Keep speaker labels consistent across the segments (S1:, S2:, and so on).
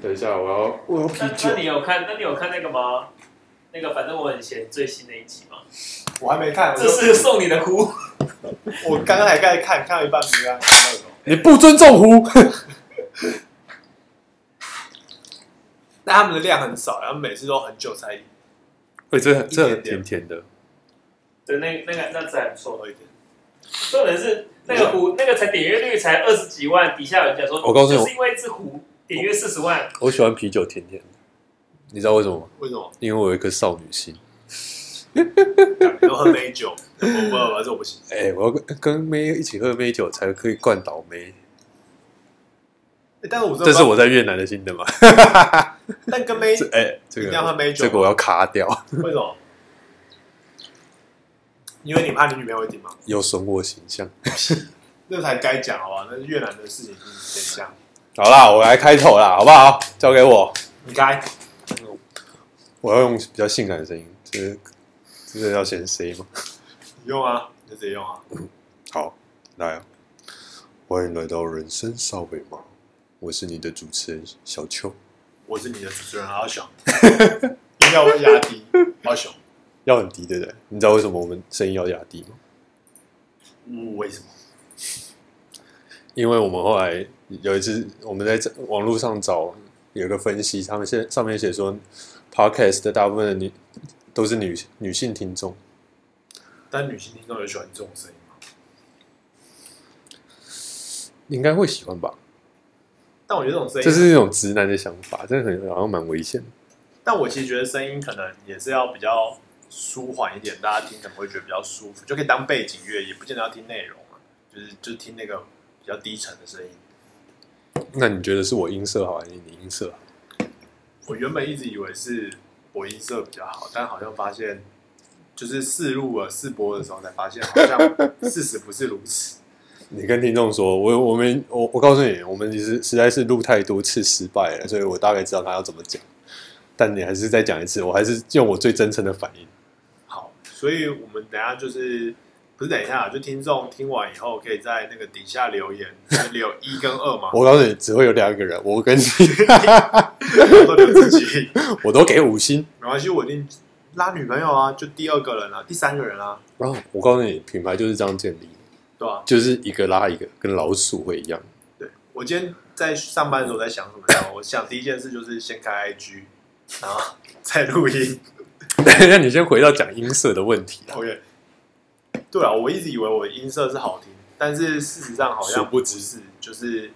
S1: 等一下，我要我要啤
S2: 那
S1: 酒
S2: 那。你有看？那你有看那个吗？那个反正我很闲最新的一集吗？
S3: 我还没看，我
S2: 这是送你的壶，
S3: 我刚刚还在看，看到一半没看。还有什么
S1: 你不尊重胡，
S3: 那他们的量很少，然后每次都很久才
S1: 喂，这这
S3: 一点点
S1: 挺甜的。
S2: 对，那那个那次还不错。
S3: 喝一点。
S2: 重点是那个壶，那个才点阅率才二十几万，底下有人讲说，
S1: 我告诉你
S2: 就是因为一只壶点阅四十万，
S1: 我喜欢啤酒甜甜的，你知道为什么吗？
S3: 为什么？
S1: 因为我有一颗少女心。
S3: 都喝美酒，我不喝，我这我不 行。
S1: 哎、我要跟跟妹一起喝妹酒才可以灌倒妹，
S3: 欸但是我真
S1: 这
S3: 的不知
S1: 是
S3: 道
S1: 我在越南的心得嘛？
S3: 但跟妹
S1: 这 哎、这
S3: 一定要喝
S1: 个
S3: 美酒
S1: 这个我要卡掉，
S3: 为什么？因为你怕你女朋友会听吗？
S1: 有损我形象。
S3: 那才该讲好吧？那是越南的事情，就是等一下
S1: 好啦，我来开头啦，好不好？交给我，
S3: 你该
S1: 我要用比较性感的声音，这是这是要嫌 C 吗？
S3: 你用啊，你就直接用啊。
S1: 好，来、啊，欢迎来到人生稍微忙，我是你的主持人小邱。
S3: 我是你的主持人阿雄，音量会压低，阿雄，
S1: 要很低，对不对？你知道为什么我们声音要压低吗？
S3: 嗯，为什么？
S1: 因为我们后来有一次我们在网络上找有一个分析，他们现上面写说，podcast 的大部分的女都是女女性听众，
S3: 但女性听众有喜欢这种声音吗？
S1: 应该会喜欢吧？
S3: 但我觉得这种声音，
S1: 这是一种直男的想法，真的很好像蛮危险的。
S3: 但我其实觉得声音可能也是要比较舒缓一点，大家听可能会觉得比较舒服，就可以当背景乐，也不见得要听内容啊，就是就听那个比较低沉的声音。
S1: 那你觉得是我音色好还是你音色好？
S3: 我原本一直以为是播音社比较好，但好像发现就是试录了试播的时候才发现，好像 事实不是如此。
S1: 你跟听众说，我我们我我告诉你，我们其实实在是录太多次失败了，所以我大概知道他要怎么讲。但你还是再讲一次，我还是用我最真诚的反应。
S3: 好，所以我们等一下就是不是等一下啊，就听众听完以后可以在那个底下留言，就是留一跟 二嘛，
S1: 我告诉你，只会有两个人，我跟你，
S3: 我都留自己，
S1: 我都给五星。
S3: 没关系，我一定拉女朋友啊，就第二个人啊，第三个人啊，
S1: 然后我告诉你，品牌就是这样建立的，
S3: 对吧、
S1: 就是一个拉一个，跟老鼠会一样。
S3: 对我今天在上班的时候在想什么？你知道吗我想第一件事就是先开 IG，然后再录音。
S1: 那你先回到讲音色的问题啊，
S3: OK，对啊，我一直以为我的音色是好听，但是事实上好
S1: 殊
S3: 像不只是，就是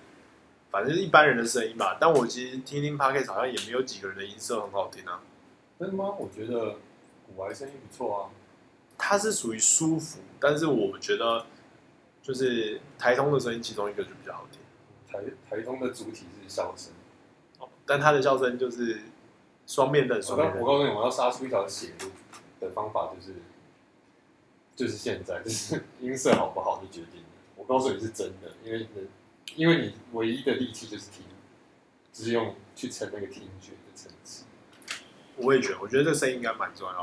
S3: 反正是一般人的声音吧。但我其实听听 Podcast 好像也没有几个人的音色很好听啊。
S4: 真的吗？我觉得古玩声音不错啊。
S3: 它是属于舒服，但是我觉得就是台通的声音其中一个就比较好听，
S4: 台台通的主体是笑声。
S3: 但它的笑声就是双面刃，双
S4: 我
S3: 面
S4: 告我
S3: 刃。
S4: 告诉你，我要杀出一条血路的方法就是，就是现在， 就是音色好不好就决定了。我告诉你是真的，因为你的因为你唯一的利器就是听，就是用去撑那个听觉的层次。
S3: 我也觉得，我觉得这个声音应该蛮重要的。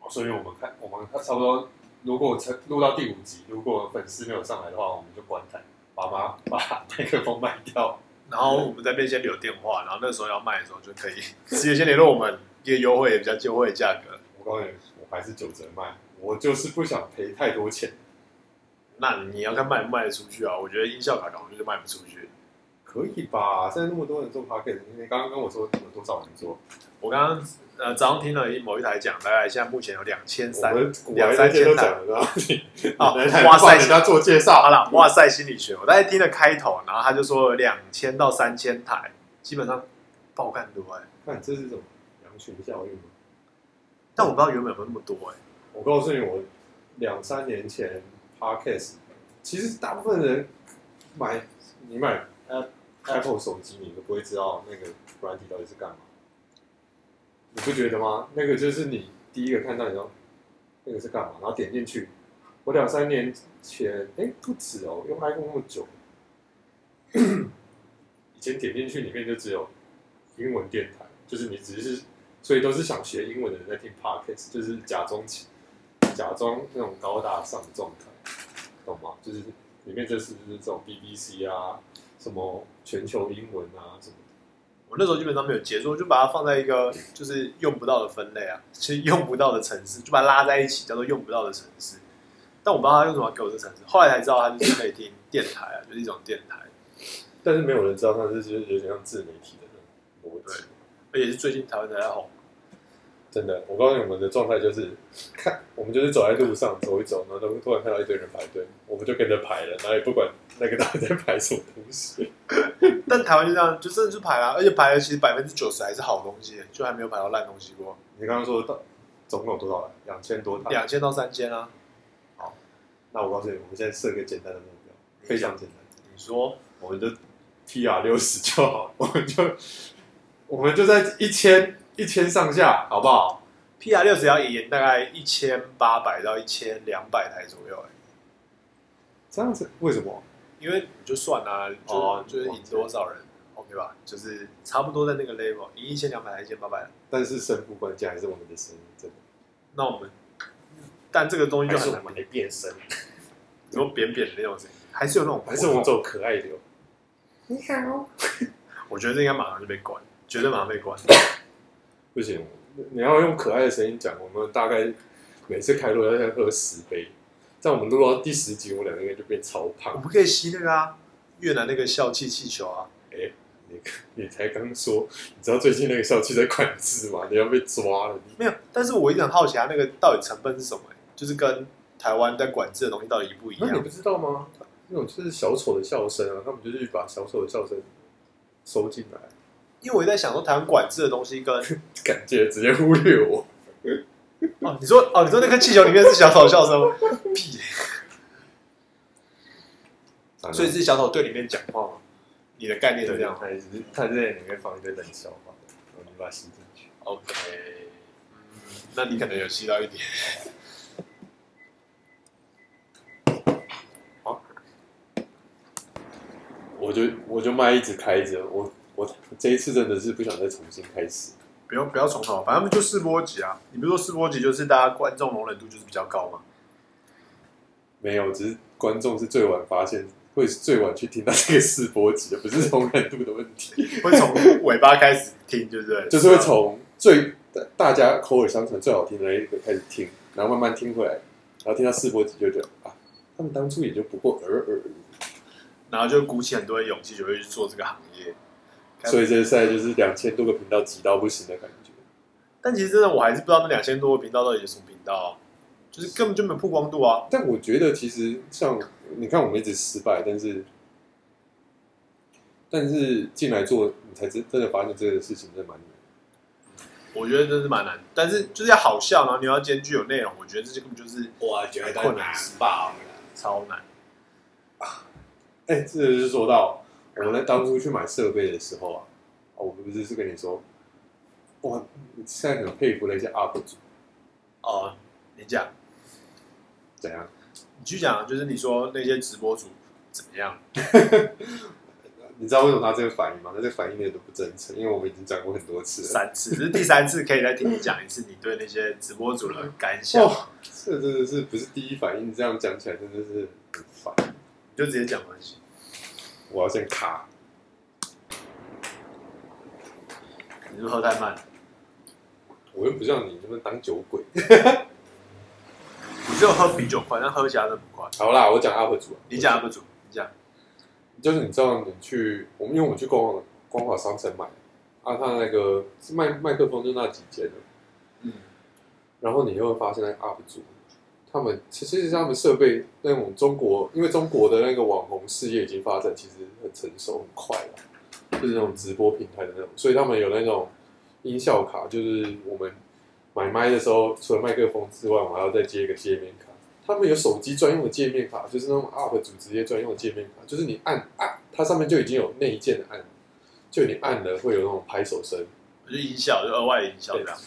S4: 哦所以我们看，我们差不多，如果撑录到第五集，如果粉丝没有上来的话，我们就关台，把妈 把麦克风卖掉。
S3: 然后我们在那边先留电话，然后那时候要卖的时候就可以 直接先联络我们，一个优惠也比较优惠的价格。
S4: 我告诉你，我还是九折卖，我就是不想赔太多钱。
S3: 那你要看卖不卖得出去啊？我觉得音效卡搞就是卖不出去。
S4: 可以吧？现在那么多人做 p o c k e t 你刚刚跟我说有多少人做？
S3: 我刚刚呃早上听了一某一台讲，大概现在目前有两千
S4: 我
S3: 三
S4: 们古
S3: 两
S4: 玩
S3: 三
S4: 那些
S3: 千
S4: 都
S3: 台。
S4: 讲了，然后你
S3: 哦
S4: 你来
S3: 哇塞
S4: 帮人家做介绍，
S3: 好了，哇塞心理学，我大概听了开头，然后他就说两千到三千台，基本上爆干多哎、
S4: 看这是什么羊群效应吗？
S3: 但我不知道原本有没有那么多哎、
S4: 我告诉你，我两三年前 podcast，其实大部分人买你买
S3: 呃
S4: App- Apple 手机，你都不会知道那个软体到底是干嘛，你不觉得吗？那个就是你第一个看到你说那个是干嘛，然后点进去。我两三年前，哎、不止哦，用 iPhone 那么久，以前点进去里面就只有英文电台，就是你只是所以都是想学英文的人在听 podcast，就是假装起假装那种高大上的状态，懂吗？就是里面就是这种 BBC 啊，什么全球英文啊什么的，
S3: 我那时候基本上没有接触，我就把它放在一个就是用不到的分类啊，其实用不到的城市，就把它拉在一起叫做用不到的城市。但我不知道他为什么要给我这城市，后来才知道他就是可以听电台啊，就是一种电台，
S4: 但是没有人知道它是就是有点像自媒体的那种逻辑。
S3: 而且是最近台湾才在红。
S4: 真的，我告诉你，我们的状态就是看，我们就是走在路上走一走，然后都突然看到一堆人排队，我们就跟着排了，然后也不管那个到底在排什么东西。
S3: 但台湾就这样，就真的是排啊啦、而且排了其实百分之九十还是好东西，就还没有排到烂东西过，
S4: 你刚刚说到总共有多少啊？两千多台。
S3: 两千到三千啊。
S4: 那我告诉你，我们现在设个简单的目标，非常简单，
S3: 你说
S4: 我们就 PR 六十就好，我们就我们就在一千一千上下，好不好？
S3: PR 六十要演大概一千八百到一千两百台左右、欸，
S4: 这样子为什么？
S3: 因为你就算啊，就、
S4: 哦
S3: 就是赢多少人，OK 吧？就是差不多在那个 level，赢一千两百台、一千八百。
S4: 但是胜负关键还是我们的声音，真的。
S3: 那我们，但这个东西就很难
S4: 的变声，
S3: 你说扁扁的那种声音，还是有那种，
S4: 还是我们走可爱流？你好。
S3: 我觉得这应该马上就被关，绝对马上被关。
S4: 啊不行，你要用可爱的声音讲。我们大概每次开录要先喝十杯，在我们录到第十集，我们两个应该就变超
S3: 我
S4: 胖。
S3: 们可以吸那个啊，越南那个笑气气球啊，
S4: 你你才刚说，你知道最近那个校区在管制吗？你要被抓了。
S3: 没有。但是我一直很好奇啊，那个到底成本是什么欸、就是跟台湾在管制的东西到底一不一
S4: 那你不
S3: 样？
S4: 知道吗？那种就是小丑的笑声啊，他们就是把小丑的笑声收进来，
S3: 因为我一直在想说，台湾管制的东西跟
S4: 感觉直接忽略我。
S3: 哦，你说哦，你说那个气球里面是小丑笑声吗，屁欸、所以是小丑对里面讲话吗？你的概念是
S4: 啊对
S3: 这样吗
S4: 他也是他在里面放一堆冷笑话，然后你把它吸进去。
S3: ？OK，嗯，那你可能有吸到一点。
S4: 我就我就麦一直开着，我我这一次真的是不想再重新开始。
S3: 不用不要重头，反正就试播集啊。你不是说试播集就是大家观众容忍度就是比较高吗？
S4: 没有，只是观众是最晚发现，会最晚去听到这个试播集，不是容忍度的问题，
S3: 会从尾巴开始听，对不对？
S4: 就是会从最大大家口耳相传最好听的那一个开始听，然后慢慢听回来，然后听到试播集就觉得啊，他们当初也就不过尔尔而
S3: 然后就鼓起很多的勇气，就会去做这个行业。
S4: 已，所以这赛就是两千多个频道挤到不行的感觉。
S3: 但其实真的我还是不知道那两千多个频道到底是什么频道、啊，就是根本就没有曝光度啊。
S4: 但我觉得其实像你看，我们一直失败，但是但是进来做，你才真真的发现这个事情真的蛮难。
S3: 我觉得真是蛮难，但是就是要好笑，然后你要兼具有内容，我觉得这根本就是
S5: 我觉得难爆了。
S3: 超难。
S4: 哎、这就是说到我们当初去买设备的时候啊，哦我不是是跟你说，我现在很佩服那些 UP 主
S3: 哦，你讲，
S4: 怎样，
S3: 你去讲，就是你说那些直播主怎么样？
S4: 你知道为什么他这个反应吗？他这个反应一点都不真诚，因为我们已经讲过很多次了。
S3: 三次，这是第三次，可以再听你讲一次你对那些直播主的感想，
S4: 哦，这真的是不是第一反应？这样讲起来真的是很烦。
S3: 你就直接讲没关系。
S4: 我要先卡，
S3: 你是不是喝太慢？
S4: 我又不像你那么当酒鬼。
S3: 我只有喝啤酒快，但喝其他的不快。
S4: 好啦，我讲 UP 主啊，
S3: 你讲不主，你讲。
S4: 就是你知道你去我们因为我们去光华光华商城买啊，他那个是麦麦克风就那几件的，
S3: 嗯，
S4: 然后你又会发现那个哎 UP 主，他们其实是他们设备那种中国，因为中国的那个网红事业已经发展其实很成熟很快了，就是那种直播平台的那种，所以他们有那种音效卡，就是我们买麦的时候，除了麦克风之外，我们还要再接一个界面卡。他们有手机专用的界面卡，就是那种 UP 主直接专用的界面卡，就是你按按，它上面就已经有内建的按，就你按了会有那种拍手声，
S3: 就音效，就额外的音效这样，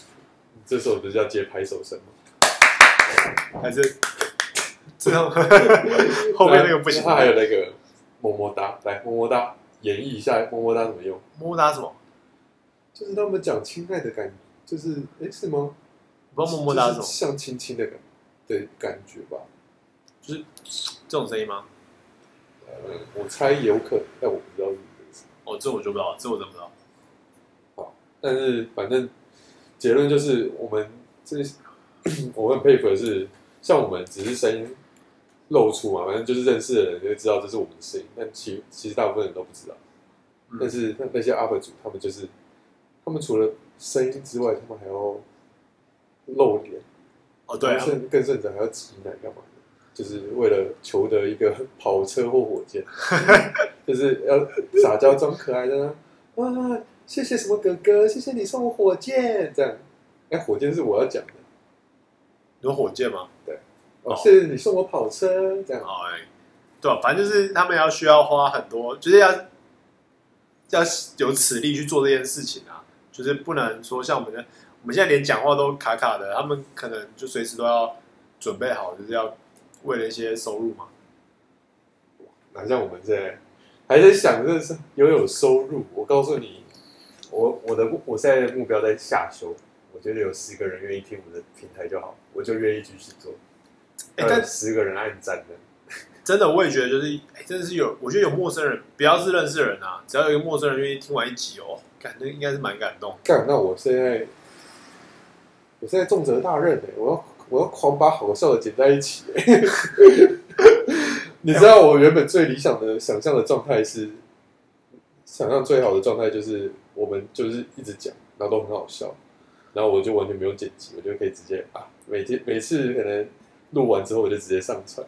S4: 这时候不是要接拍手声吗？
S3: 还是这样？ 后面那个不行。
S4: 它还有那个么么哒，来么么哒，演绎一下么么哒怎么用？
S3: 摸他什么？
S4: 就是他们讲亲爱的感觉，就是哎是吗？
S3: 你不知道摸摸他什
S4: 就
S3: 么
S4: 是？像亲亲的感的感觉吧？
S3: 这种声音吗？
S4: 呃，我猜有可能，但我不知道是不是。
S3: 哦，这我就不知道，这我真不知道。
S1: 但是反正结论就是，我们这 我很佩服的是，像我们只是声音露出嘛，反正就是认识的人就会知道这是我们的声音，但其其实大部分人都不知道。
S3: 嗯
S1: 但是那那些 UP 主他们就是，他们除了声音之外，他们还要露脸，
S3: 哦，对啊，
S1: 甚更甚至还要挤奶干嘛的，就是为了求得一个跑车或火箭，就是要撒娇装可爱的啊，谢谢什么哥哥，谢谢你送我火箭这样。哎，火箭是我要讲的，
S3: 有火箭吗？
S1: 哦
S3: 哦，
S1: 谢谢你送我跑车这样。
S3: 哦，哎，对啊，反正就是他们要需要花很多，就是要要有此力去做这件事情啊，就是不能说像我们的，我们现在连讲话都卡卡的，他们可能就随时都要准备好，就是要为了一些收入嘛。
S1: 哪像我们这样还在想这是有有收入？我告诉你，
S4: 我我的目我现在的目标在下修，我觉得有十个人愿意听我的平台就好，我就愿意继续做。
S3: 哎、
S4: 要有
S3: 但
S4: 十个人按赞的，
S3: 真的我也觉得就是，哎、真的是有，我觉得有陌生人，不要是认识人啊，只要有一个陌生人愿意听完一集哦，感觉应该是蛮感动。
S1: 干，那我现在我现在重责大任哎、我要我要狂把好笑的剪在一起、欸。 你知道我原本最理想的想象的状态是，想象最好的状态就是我们就是一直讲，然后都很好笑，然后我就完全不用剪辑，我就可以直接啊，每天每次可能录完之后我就直接上传。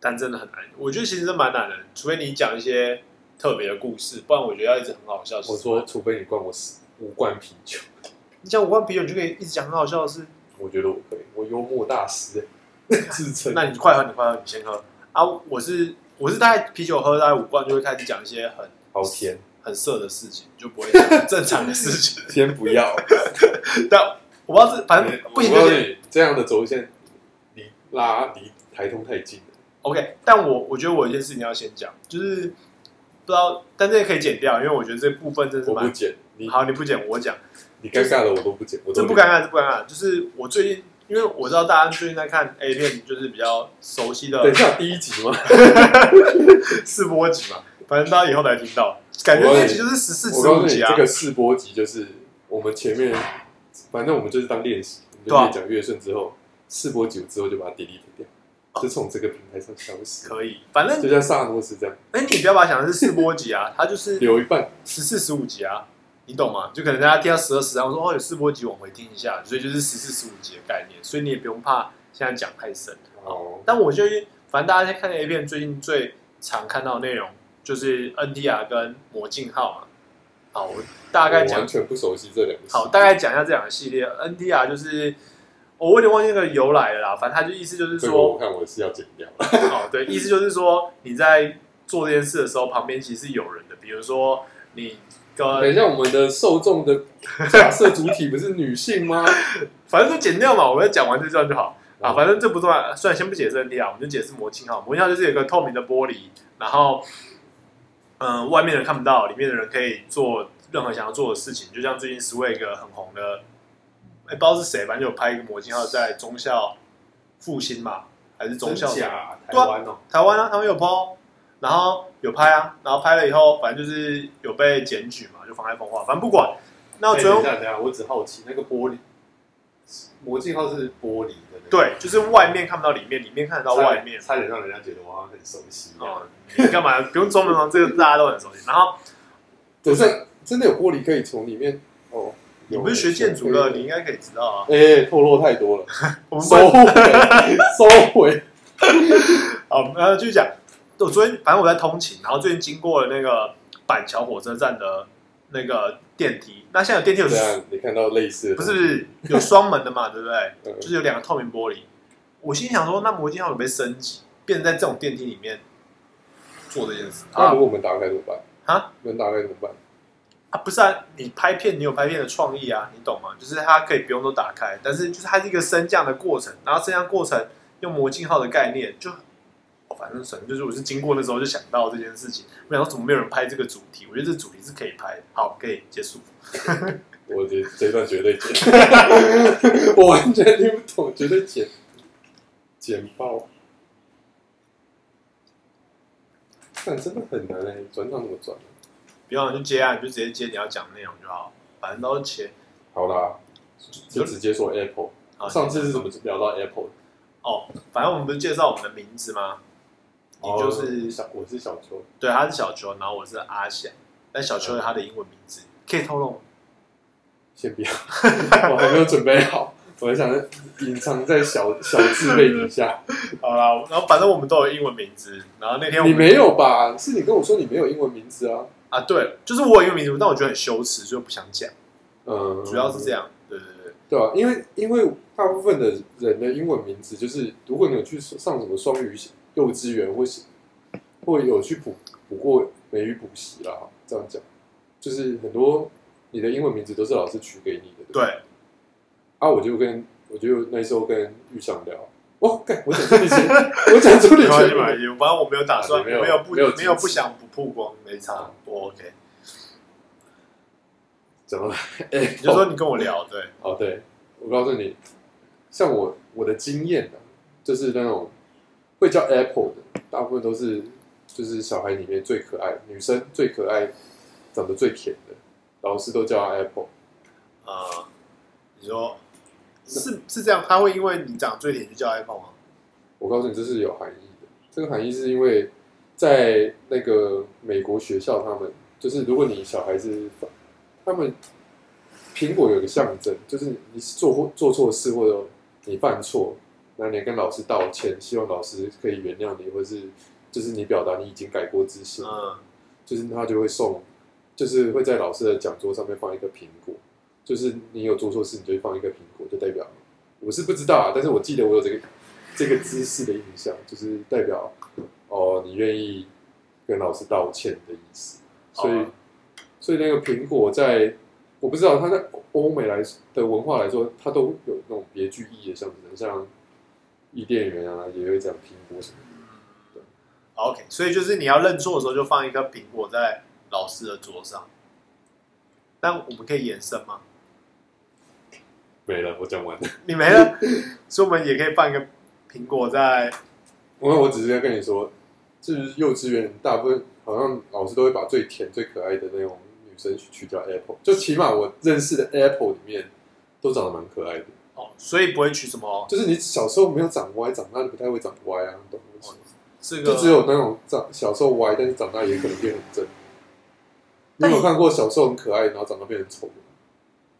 S3: 但真的很难。我觉得其实真蛮难的，除非你讲一些特别的故事，不然我觉得要一直很好笑。
S1: 我说，除非你灌我十五罐啤酒，
S3: 你讲五罐啤酒，你就可以一直讲很好笑的事。
S1: 我觉得我可以，我幽默大师、欸， 自称。
S3: 那你快喝，你快喝，你先喝啊！我是我是大概啤酒喝大概五罐，就会开始讲一些很
S1: 好甜，
S3: 很色的事情，就不会讲很正常的事情。
S1: 先不要。
S3: 但我不知道是，反正啊不行就
S1: 我告诉
S3: 是
S1: 你，这样的轴线离拉离台通太近了。
S3: OK。但我我觉得我有一件事情要先讲，就是不知道，但这个可以剪掉，因为我觉得这部分真是
S1: 我不
S3: 蛮
S1: 剪，你
S3: 好。你不剪，我讲。
S1: 你尴尬的我都不剪，我都
S3: 这不尴尬，这不尴尬。就是我最近，因为我知道大家最近在看 A 片，就是比较熟悉
S1: 等一
S3: 的
S1: 下第一集吗？
S3: 四波集嘛，反正大家以后才听到。感觉
S1: 我告诉
S3: 这
S1: 你
S3: 集就是十四、
S1: 我
S3: 十
S1: 告诉
S3: 五
S1: 你，
S3: 集啊
S1: 这。个试播集就是我们前面，反正我们就是当练习，我
S3: 对啊
S1: 们就越讲越顺之后，试播集之后就把它 delete 掉，就从这个平台上消失。
S3: 可以，反正
S1: 就像萨诺斯这样，
S3: 哎，你不要把它想成是四波集啊，它就是
S1: 留一半，
S3: 十四、十五集啊，你懂吗？就可能大家听到十二、十三，我说哦有四波集，往回听一下，所以就是十四、十五集的概念，所以你也不用怕现在讲太深。
S1: 哦，
S3: 但我就反正大家在看 A 片，最近最常看到的内容就是 NDR 跟魔镜号嘛。好，我大概
S1: 我
S3: 讲
S1: 完全不熟悉这两个系。
S3: 好，大概讲一下这两个系列。NDR 就是我有点忘记那个由来了啦，反正它就意思就是
S1: 这个我
S3: 说，
S1: 看我是要剪掉，
S3: 哦，对，意思就是说你在做这件事的时候，旁边其实是有人的，比如说你
S1: 等一
S3: 跟，
S1: 下，我们的受众的假设主体不是女性 吗？
S3: 反正就剪掉嘛，我们讲完这段就好啊。
S1: 嗯
S3: 反正这不重要，虽然先不解释 NDR，我们就解释魔镜号。魔镜号就是有个透明的玻璃，然后嗯、呃外面的人看不到，里面的人可以做任何想要做的事情，就像最近 Swag 很红的，哎、不知道是谁，反正有拍一个魔镜号在中校复兴嘛，还是 中校
S4: 真假台
S3: 对啊
S4: 湾哦，
S3: 台湾啊，他们有 PO，然后有拍啊，然后拍了以后，反正就是有被检举嘛，就妨碍风化，反正不管。那
S4: 哎
S3: 最
S4: 等
S3: 后
S4: 一下，等一下，我只好奇那个玻璃，魔镜号是玻璃的，，
S3: 对，就是外面看不到里面，里面看得到外面。
S4: 差点让人家觉得我好像很熟悉一样。
S3: 哦，你干嘛不用中文吗？哦这个大家都很熟悉。然后
S1: 等一下，真的有玻璃可以从里面哦？
S3: 你
S1: 有
S3: 不是学建筑的，你应该可以知道啊。
S1: 哎、透露太多了，
S3: 我们不
S1: 收回，收回。
S3: 好，然后哦继续讲。我昨天反正我在通勤，然后最近经过了那个板桥火车站的那个电梯，那现在有电梯有
S1: 这样你看到类似的
S3: 不
S1: 东
S3: 是
S1: 西
S3: 不是有双门的嘛，对 不对？
S1: 嗯
S3: 就是有两个透明玻璃。我心想说，那魔镜号有没有升级，变成在这种电梯里面做这件事
S1: 那
S3: 啊
S1: 如果我们打开怎么办？
S3: 啊
S1: 门打开怎么办？
S3: 啊？不是啊，你拍片你有拍片的创意啊，你懂吗？就是它可以不用都打开，但是就是它是一个升降的过程，然后升降过程用魔镜号的概念就。哦反正神就是我是经过那时候就想到这件事情，我想说怎么没有人拍这个主题？我觉得这主题是可以拍的。好，可以结束。
S1: 我觉得这段绝对剪， 我完全听不懂，绝对剪，剪爆。但真的很难哎、转场怎么转？
S4: 欸
S3: 不要你就接啊，你就直接接你要讲的内容就好。反正都钱
S4: 好啦，就直接说 Apple。
S3: 啊。
S4: 上次是怎么聊到 Apple？
S3: 哦，反正我们不是介绍我们的名字吗？你就是
S4: 小，我是小秋，
S3: 对，他是小球，然后我是阿翔，但小球有他的英文名字，可以透露吗
S4: 先不要， 我还没有准备好，我还想隐藏在小小字辈底下。
S3: 好啦，然后反正我们都有英文名字，然后那天我
S4: 你
S3: 们
S4: 没有吧？是你跟我说你没有英文名字啊？
S3: 啊，对，就是我有英文名字，但我觉得很羞耻，所以我不想讲，
S4: 嗯，
S3: 主要是这样，对对对，
S4: 对啊，因为因为大部分的人的英文名字，就是如果你有去上什么双语幼稚园，或是或有去补补过美语补习啦，这样讲，就是很多你的英文名字都是老师取给你的。不
S3: 对，
S4: 啊，我就跟我就那时候跟玉祥聊，哦，干，我讲出你全，我讲出你
S3: 没关系，
S4: 全
S3: 没关
S4: 名，
S3: 系，反正我没有打算，我
S4: 啊你没有
S3: 没有不
S4: 没有
S3: 没有
S4: 矜持啊
S3: 不想不曝光，没差，我 OK，
S4: 怎么了？
S3: 你
S4: 哎、
S3: 就说你跟我聊，对，
S4: 哦，对，我告诉你，像我我的经验呢、就是那种会叫 Apple 的，大部分都是就是小孩里面最可爱，女生最可爱，长得最甜的，老师都叫她 Apple。
S3: 啊，你说是是这样，他会因为你长最甜就叫 iPhone 吗？
S4: 我告诉你，这是有含义的。这个含义是因为在那个美国学校，他们就是如果你小孩子，他们苹果有个象征，就是你做或做错事或者你犯错，那你跟老师道歉，希望老师可以原谅你，或是就是你表达你已经改过自新，
S3: 嗯，
S4: 就是他就会送，就是会在老师的讲桌上面放一个苹果，就是你有做错事，你就会放一个苹果，就代表我是不知道啊，但是我记得我有这个这个姿势的印象，就是代表哦，你愿意跟老师道歉的意思。所以，
S3: 哦
S4: 所以那个苹果在我不知道它在欧美来的文化来说，它都有那种别具意义的象征，像伊甸园啊，也会讲苹果什么的。
S3: OK，所以就是你要认错的时候，就放一颗苹果在老师的桌上。但我们可以延伸吗？
S4: 没了，我讲完了。
S3: 你没了，所以我们也可以放一个苹果在。
S4: 我我只是要跟你说，就是幼稚园大部分好像老师都会把最甜、最可爱的那种女生取叫 Apple，就起码我认识的 Apple 里面都长得蛮可爱的。
S3: 哦，所以不会取什么
S4: 就是你小时候没有长歪，长大就不太会长歪啊，你懂我意思吗？
S3: 这个，
S4: 就只有那种长小时候歪，但是长大也可能变很正。你
S3: 那
S4: 有
S3: 你
S4: 没有看过小时候很可爱，然后长大变很丑的？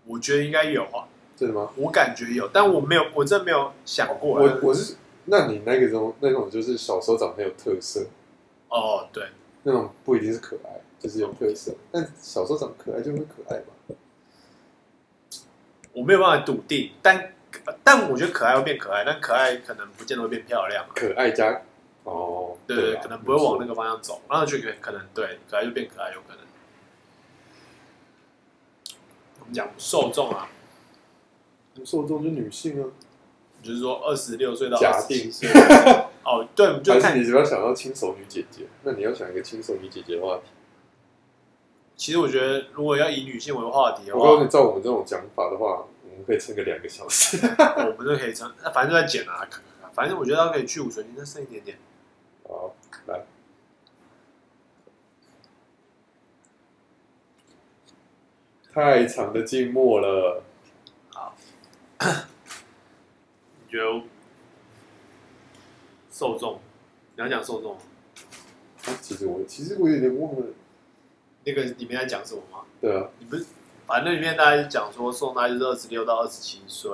S3: 我觉得应该有啊，
S4: 真的吗？
S3: 我感觉有，但我没有，我真没有想过啊。
S4: 我我是，那你那个种那种就是小时候长得很有特色，
S3: 哦，对，
S4: 那种不一定是可爱，就是有特色。但小时候长得可爱就会可爱吧？
S3: 我没有办法笃定，但但我觉得可爱会变可爱，但可爱可能不见得会变漂亮啊。
S4: 可爱加哦，
S3: 对对，
S4: 啊
S3: 可能不会往那
S4: 没错
S3: 个方向走，然后就可可能对可爱就变可爱，有可能。我们讲受众啊，
S4: 受众就女性啊，
S3: 就是说二十六岁到
S4: 假定
S3: 27岁，哦，对，我们就
S4: 还
S3: 看
S4: 是，你只要想要轻手女姐姐？那你要想一个轻手女姐姐的话题，
S3: 其实我觉得如果要以女性为话题的
S4: 我告诉
S3: 话，
S4: 你，照我们这种讲法的话，我们可以撑个两个小时。
S3: 我们就可以成，那反正就在剪啊，可反正我觉得它可以去无存精，再剩一点点。
S4: 好，来，太长的静默了。
S3: 你觉得受众，你要讲受众，
S4: 啊其实我其实我有点忘了，
S3: 那个里面在讲什么吗？
S4: 对啊，
S3: 你不是，反正里面大家讲说，送大概就是二十六到二十七岁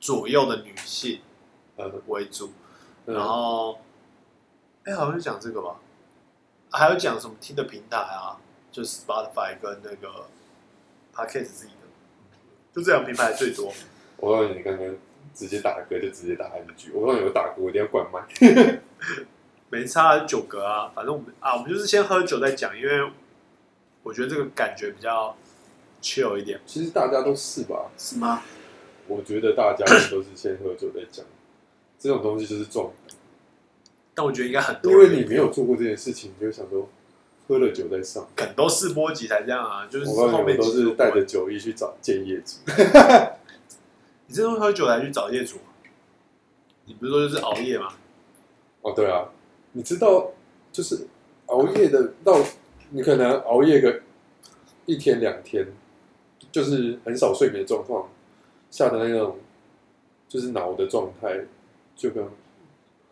S3: 左右的女性呃
S4: 嗯，
S3: 为主，
S4: 嗯
S3: 然后，哎、好像是讲这个吧，还有讲什么听的平台啊，就是 Spotify 跟那个 Podcast 自己的，就这两个平台最多。
S4: 我告诉你，刚刚直接打嗝就直接打 NG，我告诉你，我打嗝我一定要关麦。
S3: 没差九格啊，反正我们啊，我们就是先喝酒再讲，因为我觉得这个感觉比较 chill 一点，
S4: 其实大家都是吧，
S3: 是吗？
S4: 我觉得大家都是先喝酒再讲，这种东西就是撞，
S3: 但我觉得应该很多
S4: 因
S3: 人，
S4: 为你没有做过这件事情，你就会想说喝了酒再上。
S3: 可能都试播集才这样啊，就是
S4: 我告诉
S3: 后
S4: 你，我
S3: 面
S4: 都
S3: 几集
S4: 是
S3: 不
S4: 带
S3: 会
S4: 着酒意去找见业主。
S3: 你这是喝酒来去找业主吗？你不是说就是熬夜吗？
S4: 哦，对啊，你知道，就是熬夜的到你可能熬夜个一天两天，就是很少睡眠状况下的那种，就是脑的状态，就跟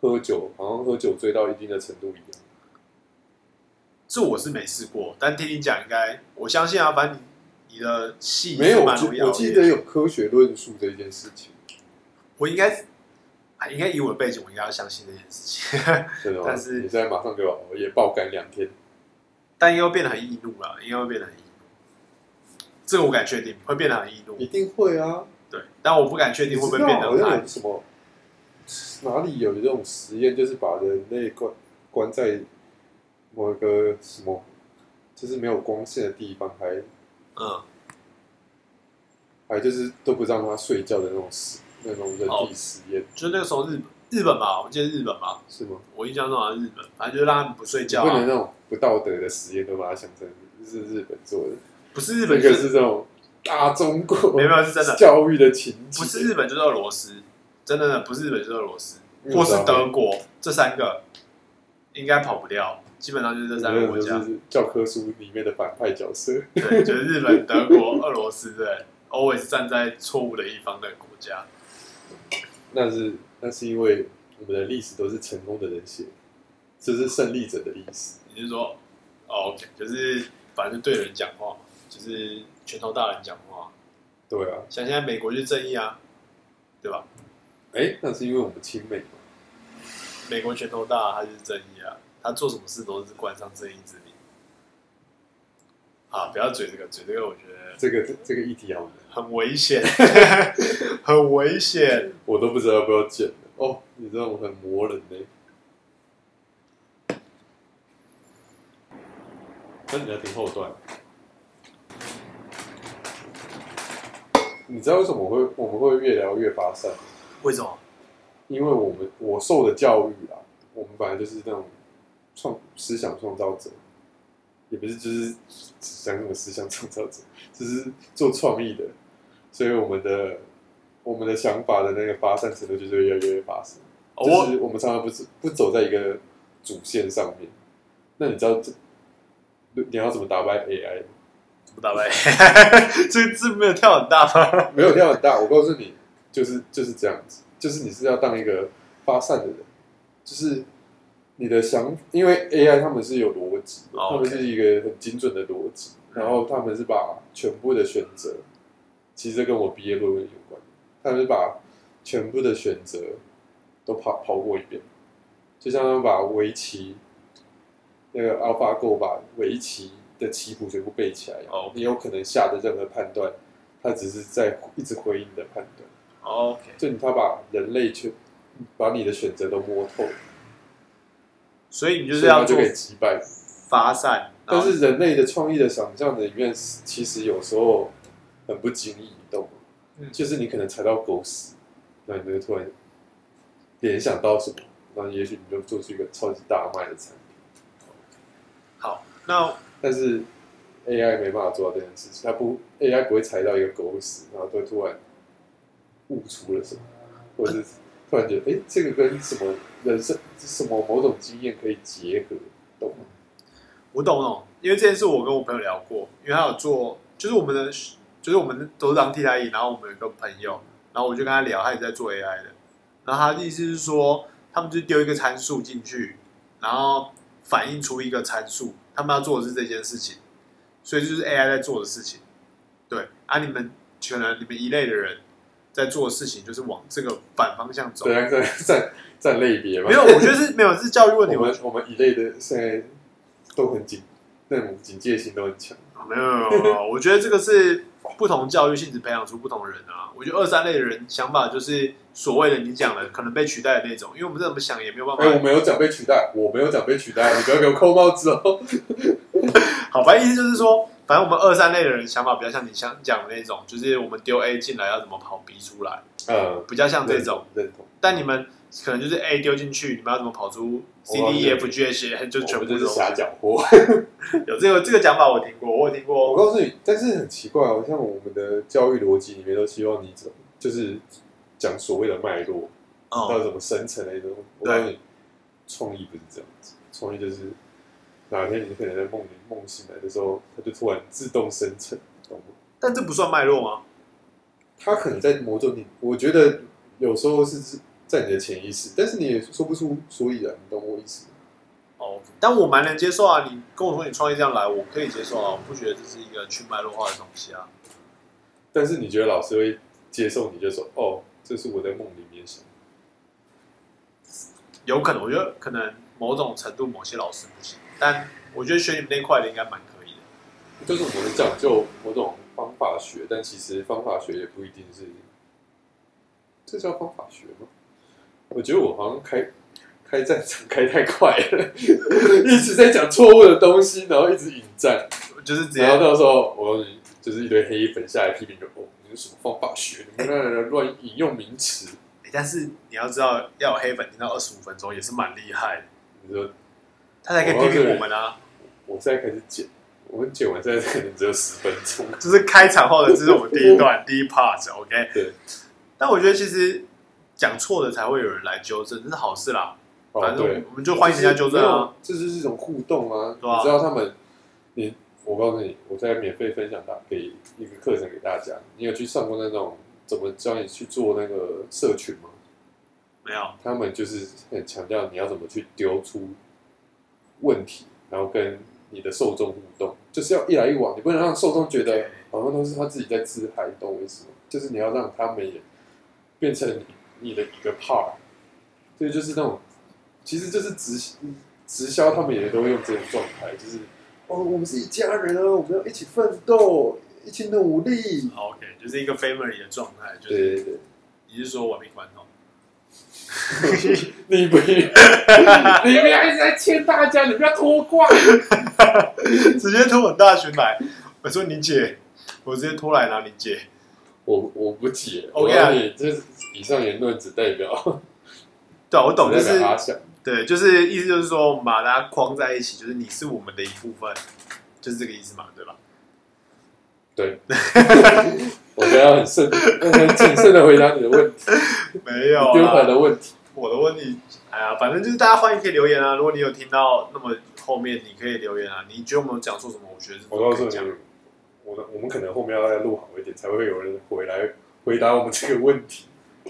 S4: 喝酒好像喝酒醉到一定的程度一样。
S3: 这我是没试过，但听你讲应该，我相信啊，反正你你的戏
S4: 没有，
S3: 是
S4: 我
S3: 蛮
S4: 记
S3: 容易熬
S4: 我
S3: 夜
S4: 记得有科学论述这件事情，
S3: 我应该啊，应该以我的背景，我应该要相信这件事 情，
S4: 真的吗？
S3: 但是
S4: 你现在马上给我熬夜爆肝两天，
S3: 但应该会变得很易怒了，应该会变得很易怒，这个我敢确定会变得很易怒
S4: 一，定会啊！
S3: 对，但我不敢确定会不会
S4: 你知
S3: 变
S4: 道
S3: 得很
S4: 好像
S3: 爱
S4: 有，什么哪里有这种实验，就是把人类关关在某个什么，就是没有光线的地方，还
S3: 嗯，
S4: 还就是都不让他睡觉的那种实那种人
S3: 哦
S4: 体实验、
S3: 就那个时候日本日本吧，我记得日本吧，
S4: 是吗？
S3: 我印象中好像日本，反正就是让他们不睡觉、
S4: 不能
S3: 啊，
S4: 那种不道德的实验都把它想成是日本做的，
S3: 不是日
S4: 这
S3: 本
S4: 个
S3: 就是
S4: 是这种大中国
S3: 没有没有是哦真的，
S4: 教育的情节，
S3: 不是日本就是俄罗斯，真的不是日本就是俄罗斯，
S4: 嗯
S3: 或是德国，这三个应该跑不掉，基本上就是这
S4: 那
S3: 三个
S4: 种
S3: 国
S4: 就
S3: 家，
S4: 是教科书里面的反派角色。
S3: 对，就是日本、德国、俄罗斯，对，always 站在错误的一方的国家，
S4: 那是那是因为我们的历史都是成功的人写的，这是胜利者的历史。
S3: 你是说、哦、，OK，就是反正对人讲话嘛，就是拳头大人讲话，
S4: 对啊，
S3: 像现在美国就是正义啊，对吧？
S4: 哎、那是因为我们亲美嘛。
S3: 美国拳头大，他就是正义啊，他做什么事都是冠上正义之名。啊，不要嘴这个，嘴这个我觉得
S4: 这个这个议题啊，我们
S3: 很危 险，很危险。
S4: 我都不知道要不要剪了哦。你知道我很磨人呢、那你要听后段。你知道为什么我会我们会越聊越发散吗？
S3: 为什么？
S4: 因为我们我受的教育啊，我们本来就是那种创思想创造者，也不是就是讲什么思想创造者，就是做创意的，所以我们的我们的想法的那个发散程度就是越来越发散，
S3: 哦
S4: 就
S3: 我
S4: 是我们常常不是不走在一个主线上面。那你知道这你要怎么打败 AI 吗？
S3: 怎么打败？ 这个字没有跳很大吗？
S4: 没有量很大，我告诉你，就是就是这样子，就是你是要当一个发散的人，就是你的想，因为 AI 他们是有逻辑的，
S3: 哦
S4: 他们是一个很精准的逻辑，然后他们是把全部的选择，其实这跟我毕业论文有关，他们是把全部的选择都跑跑过一遍，就像他们把围棋那个 AlphaGo 把围棋的棋谱全部背起来一样，
S3: 哦
S4: 你有可能下的任何判断。他只是在一直回应你的判断，
S3: ，OK，
S4: 就你他把人类全把你的选择都摸透，
S3: 所以你就是
S4: 所以他
S3: 要
S4: 就
S3: 做
S4: 可以击败。
S3: 发散，然
S4: 但
S3: 后
S4: 是人类的创意的想象里面，其实有时候很不经意动，
S3: 嗯
S4: 就是你可能踩到狗屎，那你就会突然联想到什么，然后也许你就做出一个超级大卖的产品。
S3: 好，那
S4: 但是 AI 没办法做到这件事情，它不 AI 不会踩到一个狗屎，然后都突然悟出了什么，或者是突然觉得哎、诶这个跟什么人生什么某种经验可以结合，懂吗？
S3: 我懂我懂，因为这件事我跟我朋友聊过，因为他有做，就是我们的，就是我们都是当替代役，然后我们有一个朋友，然后我就跟他聊，他也在做 AI 的，然后他的意思是说，他们就丢一个参数进去，然后反映出一个参数，他们要做的是这件事情，所以就是 AI 在做的事情，对，啊，你们可能你们一类的人在做的事情就是往这个反方向走，
S4: 怎样在在在类别吗？
S3: 没有，我觉得是没有是教育问题，
S4: 我
S3: 我
S4: 们我们一类的现在都很警，那种警戒心都很强。
S3: 啊没有没有，没有，我觉得这个是不同教育性质培养出不同人啊。我觉得二三类的人想法就是所谓的你讲的可能被取代的那种，因为我们这么想也没有办
S4: 哎、我
S3: 法。
S4: 没有讲被取代，我没有讲被取代，你不要给我扣帽子 哦。
S3: 好，反正意思就是说，反正我们二三类的人想法比较像你想讲的那种，就是我们丢 A 进来要怎么跑 B 出来，
S4: 呃，
S3: 比较像这种。
S4: 认同，
S3: 但你们可能就是 A 丢进去，你们要怎么跑出 C
S4: 我
S3: D E F G H，就全
S4: 我
S3: 部
S4: 们就
S3: 都
S4: 是瞎讲货。
S3: 有这个这个讲法我听过，我有听
S4: 我
S3: 过。
S4: 告诉你，但是很奇怪哦，像我们的教育逻辑里面都希望你怎么就是讲所谓的脉络，到
S3: 嗯，
S4: 底怎么生成的一种。我告诉你，创意不是这样子，创意就是哪天你可能在梦里梦醒来的时候，它就突然自动生成，懂吗？
S3: 但这不算脉络啊吗？
S4: 他可能在磨着你。我觉得有时候是在你的潜意识，但是你也说不出所以然，你懂我意思吗？
S3: 哦，但我蛮能接受啊。你跟我说你创业这样来，我可以接受啊，我不觉得这是一个去脉络化的东西啊。
S4: 但是你觉得老师会接受你，就说哦，这是我在梦里面想的。
S3: 有可能，我觉得可能某种程度某些老师不行，但我觉得学你们那一块的应该蛮可以的。
S4: 就是我们讲究某种方法学，但其实方法学也不一定是，这叫方法学吗？我觉得我好像开开战场开太快了， 一直在讲错误的东西，然后一直引战，
S3: 就是直接啊
S4: 然后到时候我就是一堆黑衣粉下来批评就哦，你们什么方法学，你们乱引用名词，
S3: 欸但是你要知道，要有黑粉听到二十五分钟也是蛮厉害的，
S4: 你说
S3: 他才可以批评我们啊。
S4: 我现在开始剪，我们剪完现在可能只有十分钟，
S3: 就是开场后的，这是我们第一 段第一 part，OK、
S4: 对，
S3: 但我觉得其实讲错的才会有人来纠正，这是好事啦。
S4: 哦
S3: 反正
S4: 对
S3: 我们就欢迎人家纠正啊。
S4: 这就是一种互动啊！
S3: 对啊
S4: 你知道他们，你我告诉你，我在免费分享大给一个课程给大家。你有去上过那种怎么教你去做那个社群吗？
S3: 没有，
S4: 他们就是很强调你要怎么去丢出问题，然后跟你的受众互动，就是要一来一往，你不能让受众觉得
S3: OK
S4: 好像都是他自己在自嗨，懂我意思吗？就是你要让他们也变成你你的一个 part，所以就是那种，其实就是直直销，他们也都会用这种状态，就是哦，我们是一家人啊，我们要一起奋斗，一起努力，
S3: 好哦 OK，就是一个 family 的状态，就
S4: 对
S3: 是
S4: 对对。
S3: 你是说玩命关哦头？
S4: 你不要，你不要一直在劝大家，你不要拖挂。
S3: 直接拖我大群来，我说你姐，我直接拖来拿你姐。
S4: 我我不解
S3: OK
S4: 我
S3: 啊
S4: 告诉你这是以上言论只代表
S3: 对啊，我懂，就
S4: 只代
S3: 是
S4: 表阿翔。
S3: 对，就是意思就是说，我们把大家框在一起，就是你是我们的一部分，就是这个意思嘛，对吧？
S4: 对，我们要很慎、很谨慎的回答你的问 题，
S3: 没有、啊，
S4: 丢牌的问题。
S3: 我的问题，哎呀，反正就是大家欢迎可以留言啊。如果你有听到，那么后面你可以留言啊。你觉得我们有讲错什么？我觉得是
S4: 我告诉
S3: 可以讲
S4: 你，啊我们我们可能后面要再录好一点，才会有人回来回答我们这个问题。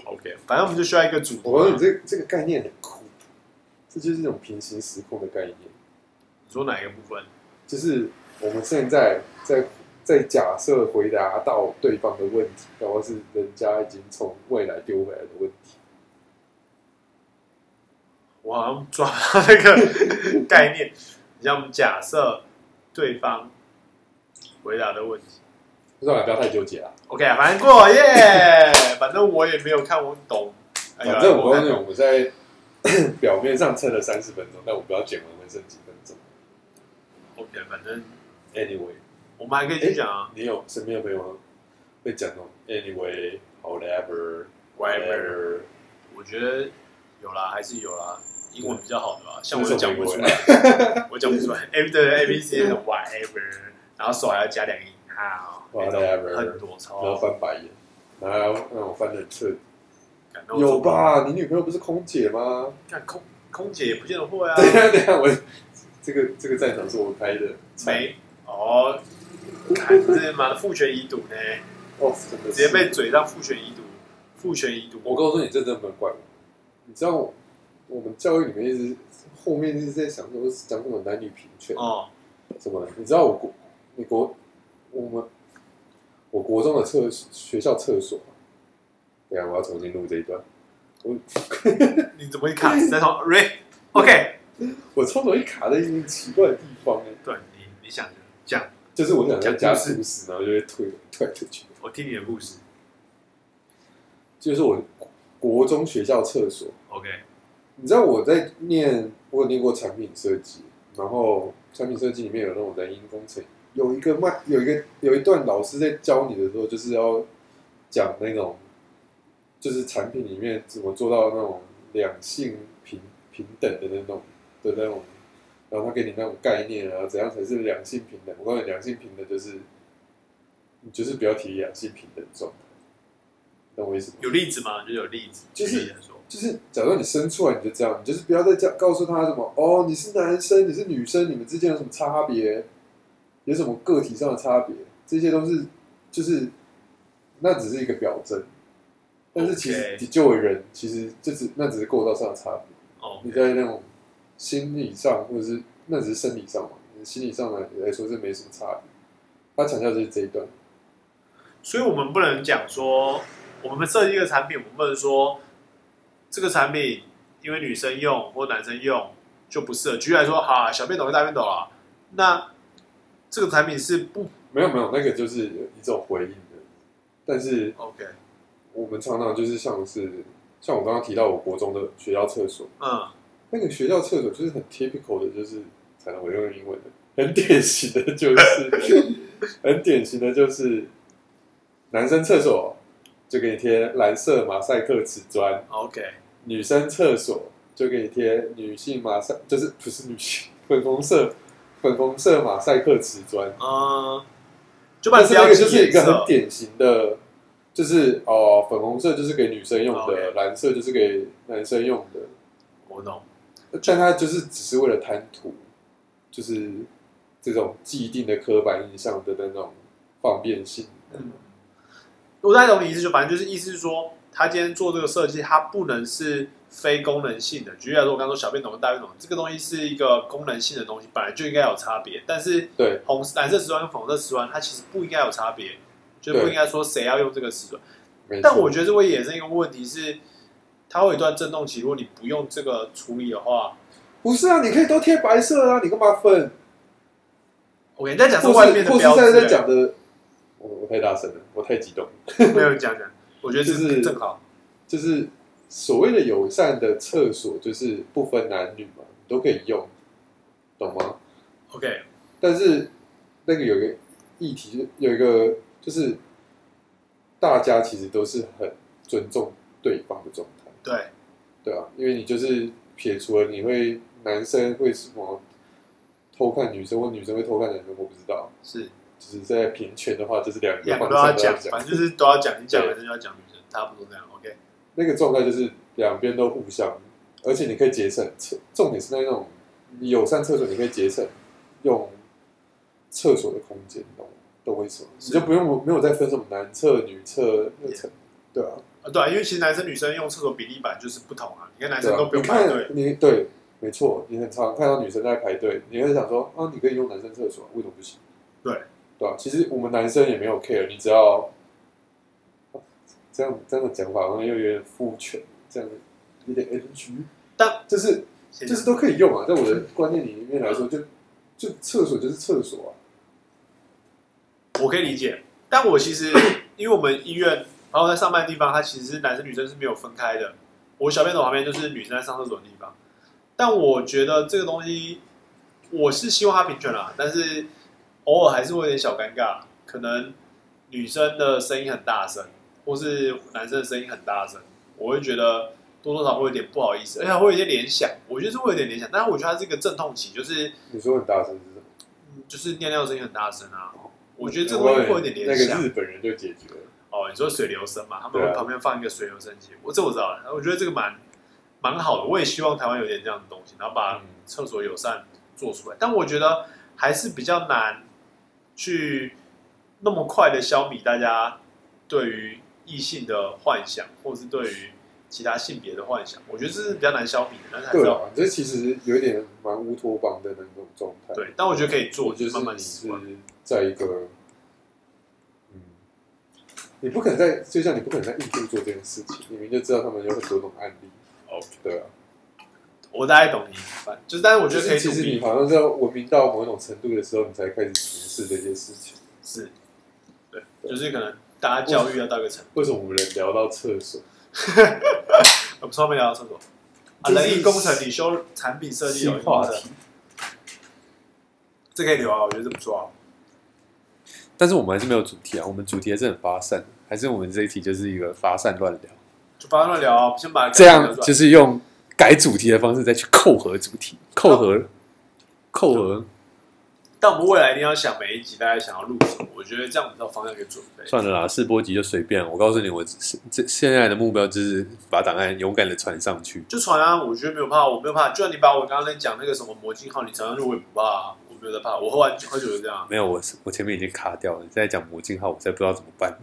S3: ，OK。反正我们就需要一个主题
S4: 我告诉
S3: 嘛。
S4: 你，这这个概念很酷，这就是一种平行时空的概念。
S3: 你说哪一个部分？
S4: 就是我们现在在在假设回答到对方的问题，然后是人家已经从未来丢回来的问题。
S3: 我好像抓不到那个概念。你像我们假设对方回答的问题
S4: 算了，不要太纠结了。
S3: ，OK，啊反正过耶。反正我也没有看，我懂。哎呀
S4: 反正我
S3: 我
S4: 告诉你，
S3: 看
S4: 我们在 表面上撑了三十分钟，但我不要剪完会剩几分钟。
S3: OK，反正
S4: Anyway，
S3: 我们还可以去讲啊。
S4: 你有身边有朋友会讲那哦种 Anyway，However，Whatever，
S3: Whatever 我觉得有啦，还是有啦。英文比较好的吧，像
S4: 那
S3: 我
S4: 时
S3: 就
S4: 候
S3: 讲不
S4: 回
S3: 出
S4: 国
S3: 来。我讲不出 来，A 对 A B C 的 whatever，然后手还要加两个引号
S4: Whatever
S3: 很多
S4: 然后
S3: 超
S4: 翻白眼，然后让我翻得很彻底。
S3: 感动。
S4: 有？吧？你女朋友不是空姐吗？
S3: 看空空姐也不见得会啊，
S4: 等一下，等一下，我这个这个战场是我开的，
S3: 没哦，哎你这妈的父权遗毒呢，
S4: 哦，真的
S3: 直
S4: 是
S3: 接被嘴上父权遗毒，父权遗毒。
S4: 我告诉你，这真的不能怪我。你知道我我们教育里面一直后面一直在想说讲什么男女平权、
S3: 哦，
S4: 什么的，你知道我国你国我们我国中的厕学校厕所，对啊，我要重新录这一段。我
S3: 你怎么会卡死在头？Re OK，
S4: 我超容易卡在一些奇怪的地方哎、
S3: 对你你想讲，
S4: 就是我想在
S3: 讲
S4: 家
S3: 故事
S4: 故事，然后就会推推来推去。
S3: 我听你的故事。
S4: 就是我国中学校厕所，
S3: OK，
S4: 你知道我在念，我有念过产品设计，然后产品设计里面有那种人因工程，有一个卖有一个有一段老师在教你的时候，就是要讲那种，就是产品里面怎么做到那种两性平平等的那种的那种，然后他给你那种概念啊，怎样才是两性平等？我告诉你，两性平等就是你就是不要提两性平等状态，懂我意思吗？
S3: 有例子吗？就是有例子，
S4: 就是
S3: 举例来说，
S4: 就是假如你生出来你就这样，你就是不要再叫告诉他什么哦，你是男生，你是女生，你们之间有什么差别，有什么个体上的差别，这些都是就是那只是一个表征，但是其
S3: OK
S4: 实你作为人，其实这只那只是过道上的差别。
S3: 哦
S4: 你在那种心理上，或者是那只是生理上嘛，心理上来来说是没什么差别。他强调就是这一段，
S3: 所以我们不能讲说，我们设计一个产品，我们不能说这个产品因为女生用或男生用就不适合。举例来说，好啊，小便斗跟大便斗啊，那这个产品是不
S4: 没有没有，那个就是一种回应的。但是
S3: OK，
S4: 我们常常就是像是像我刚刚提到，我国中的学校厕所，
S3: 嗯，
S4: 那个学校厕所就是很 typical 的，就是才能我用英文的，很典型的就是很典型的就是男生厕所就给你贴蓝色马赛克瓷砖，
S3: OK，
S4: 女生厕所就给你贴女性马赛，就是不是女性粉红色粉红色马赛克瓷砖，
S3: 嗯，就把
S4: 但是那
S3: 标
S4: 个
S3: 记
S4: 就是一
S3: 颜
S4: 个很
S3: 色，
S4: 典型的，就是哦、粉红色就是给女生用的
S3: 哦 OK，
S4: 蓝色就是给男生用的。
S3: 我懂。
S4: 但他就是只是为了贪图，就是这种既定的刻板印象的那种方便性。
S3: 嗯，我大概懂你意思，就反正就是意思是说，他今天做这个设计，它不能是非功能性的。举例来说，我刚刚说小便桶跟大便桶，这个东西是一个功能性的东西，本来就应该有差别。但是
S4: 对
S3: 红蓝色瓷砖跟粉红色瓷砖，它其实不应该有差别，就不
S4: 对
S3: 应该说谁要用这个瓷砖。
S4: 没
S3: 但
S4: 错
S3: 我觉得这会衍生一个问题是，它会有一段震动期，如果你不用这个处理的话
S4: 不是啊，你可以都贴白色啊，你干嘛分？
S3: ，OK，但假设
S4: 或
S3: 外面
S4: 是
S3: 的
S4: 或是
S3: 标志、欸
S4: 在在讲的，我我太大声了，我太激动了。
S3: 没有讲讲，我觉得这
S4: 就是
S3: 正好，
S4: 就是所谓的友善的厕所，就是不分男女嘛，你都可以用，懂吗？
S3: OK，
S4: 但是那个有一个议题，就是有一个就是大家其实都是很尊重对方的状态，
S3: 对。
S4: 对啊，因为你就是撇除了你会男生会什么偷看女生，或女生会偷看男生，我不知道。
S3: 是
S4: 就是在平权的话，就是两个
S3: 两
S4: 方
S3: 个都要
S4: 向
S3: 讲，
S4: 讲
S3: 反正就是都要讲，你讲男生就要讲女生，差不多这样。OK，
S4: 那个状态就是两边都互相，而且你可以节省厕，重点是在那种你友善厕所，你可以节省用厕所的空间，懂吗懂我意思吗？你就不用没有再分什么男厕、女厕、那厕，对啊，
S3: 啊，对啊，因为其实男生女生用厕所比例版就是不同啊，你看男
S4: 对
S3: 生都
S4: 啊，
S3: 不
S4: 你
S3: 用排
S4: 看
S3: 队，
S4: 你对，没错，你很常看到女生在排队，你会想说啊，你可以用男生厕所，为什么不行？
S3: 对，
S4: 对啊，其实我们男生也没有 care，你只要这样这样的讲法好像又有点父权，这样有点 NG，
S3: 但嗯
S4: 就是
S3: 现在
S4: 就是都可以用啊，在我的观念里面来说，就就厕所就是厕所啊，
S3: 我可以理解。但我其实因为我们医院，然后在上班的地方，它其实是男生女生是没有分开的。我小便斗旁边就是女生在上厕所的地方。但我觉得这个东西，我是希望它平权啦，但是偶尔还是会有点小尴尬，可能女生的声音很大声，或是男生的声音很大声，我会觉得多多少少会有点不好意思，而且会有一些联想。我觉得是会有点联想，但是我觉得它是一个阵痛期，就是
S4: 你说很大声是什么？
S3: 嗯就是尿尿声音很大声啊。我觉得这个东西会有点联
S4: 那
S3: 想。
S4: 个日本人就解决了，
S3: 哦，你说水流声嘛，他们
S4: 对啊
S3: 会旁边放一个水流声机，我这我知道了，我觉得这个蛮蛮好的，我也希望台湾有点这样的东西，然后把
S4: 嗯
S3: 厕所友善做出来，但我觉得还是比较难去那么快的消弭大家对于异性的幻想，或是对于其他性别的幻想，我觉得这是比较难消弭的，但是还是
S4: 对
S3: 要
S4: 啊，这其实有一点蛮乌托邦的那种状态。
S3: 对，但我觉得可以做，
S4: 我
S3: 就
S4: 就
S3: 是是慢慢
S4: 你
S3: 习
S4: 是
S3: 惯。
S4: 在一个，嗯，你不可能在，就像你不可能在印度做这件事情，你明明就知道他们有很多种案例。
S3: OK
S4: 对啊，
S3: 我大概懂你，反正就是但是我觉
S4: 就
S3: 得可以
S4: 是
S3: 努
S4: 其实你
S3: 力，
S4: 好像是要文明到某种程度的时候，你才开始从事这些事情。
S3: 是，对，就是可能大家教育要到一个程度。
S4: 为什么我们能聊到厕所？
S3: 我们从来没聊到厕所。啊，
S4: 就是
S3: 人力工程、你修产品设计有一
S4: 话
S3: 话
S4: 题
S3: 题，这可以聊啊，我觉得这不错啊。
S1: 但是我们还是没有主题啊，我们主题还是很发散，还是我们这一题就是一个发散乱聊，
S3: 就不要乱聊啊，先把
S1: 这样
S3: 就
S1: 就是用改主题的方式再去扣合主题，扣合，扣合。
S3: 但我们未来一定要想每一集大家想要录什么，我觉得这样我们才有方向可以准备。
S1: 算了啦，试播集就随便。我告诉你，我这这现在的目标就是把档案勇敢的传上去。
S3: 就传啊，我觉得没有怕，我没有怕。就算你把我刚刚在讲那个什么魔镜号，你传上去我也不怕啊，我没有在怕，我喝完酒喝酒就这样。啊
S1: 没有，我是我前面已经卡掉了，你在讲魔镜号，我才不知道怎么办，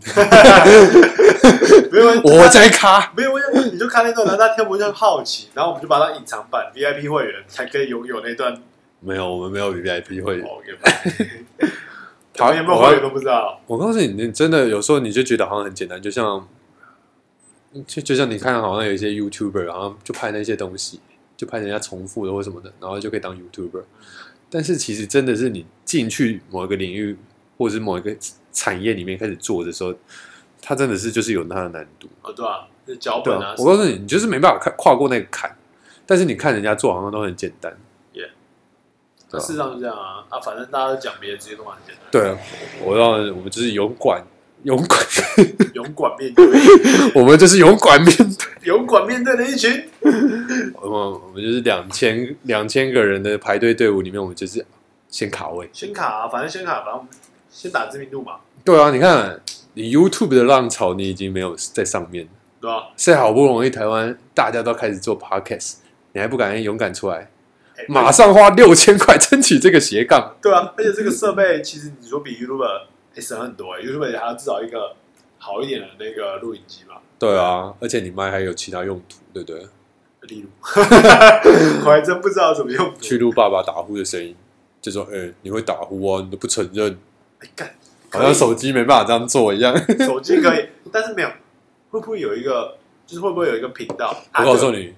S3: 没 有，
S1: 我在卡。
S3: 没有，我想你就看那段，然后大家听不就好奇，然后我们就把它当隐藏版 VIP 会员才可以拥有那段。
S1: 没有，我们没有 VIP 会员。
S3: 哦，也 不好，有没有会员都不知道。
S1: 我告诉你，你真的有时候你就觉得好像很简单，就像就就像你看，好像有一些 YouTuber，好像就拍那些东西，就拍人家重复的或什么的，然后就可以当 YouTuber。但是其实真的是你进去某一个领域或者是某一个产业里面开始做的时候，它真的是就是有它的难度。
S3: 哦，对啊，那脚
S1: 对
S3: 本
S1: 啊
S3: 啊，，
S1: 我告诉你，你就是没办法看跨过那个坎。但是你看人家做好像都很简单。
S3: Yeah
S1: 对啊
S3: 事实上是这样啊。啊，反正大家都讲别的职业都蛮简单，
S1: 对啊，我让我们就是勇敢，勇敢，
S3: 勇敢面对，
S1: 我们就是勇敢面对，
S3: 勇敢面对的一群。
S1: 我们我们就是两千两千个人的排队队伍里面，我们就是先卡位。
S3: 先卡啊，反正先卡，反正我们先打知名度嘛，
S1: 对啊，你看你 YouTube 的浪潮，你已经没有在上面了，
S3: 对吧？
S1: 现在好不容易台湾大家都开始做 Podcast，你还不敢勇敢出来，
S3: 哎
S1: 马上花六千块撑起这个斜杠，
S3: 对啊，而且这个设备其实你说比 YouTube 也省很多、欸、，YouTube 还要至少一个好一点的那个录影机嘛，
S1: 对啊，而且你麦还有其他用途，对不对？
S3: 例如， 我还真不知道怎么用途。
S1: 去录爸爸打呼的声音，就说：“哎、你会打呼哦，你都不承认，
S3: 哎干，
S1: 好像
S3: 可以
S1: 手机没办法这样做一样。
S3: 手机可以，但是没有，会不会有一个，就是会不会有一啊个频道？”
S1: 我告诉
S3: 你，
S1: 你，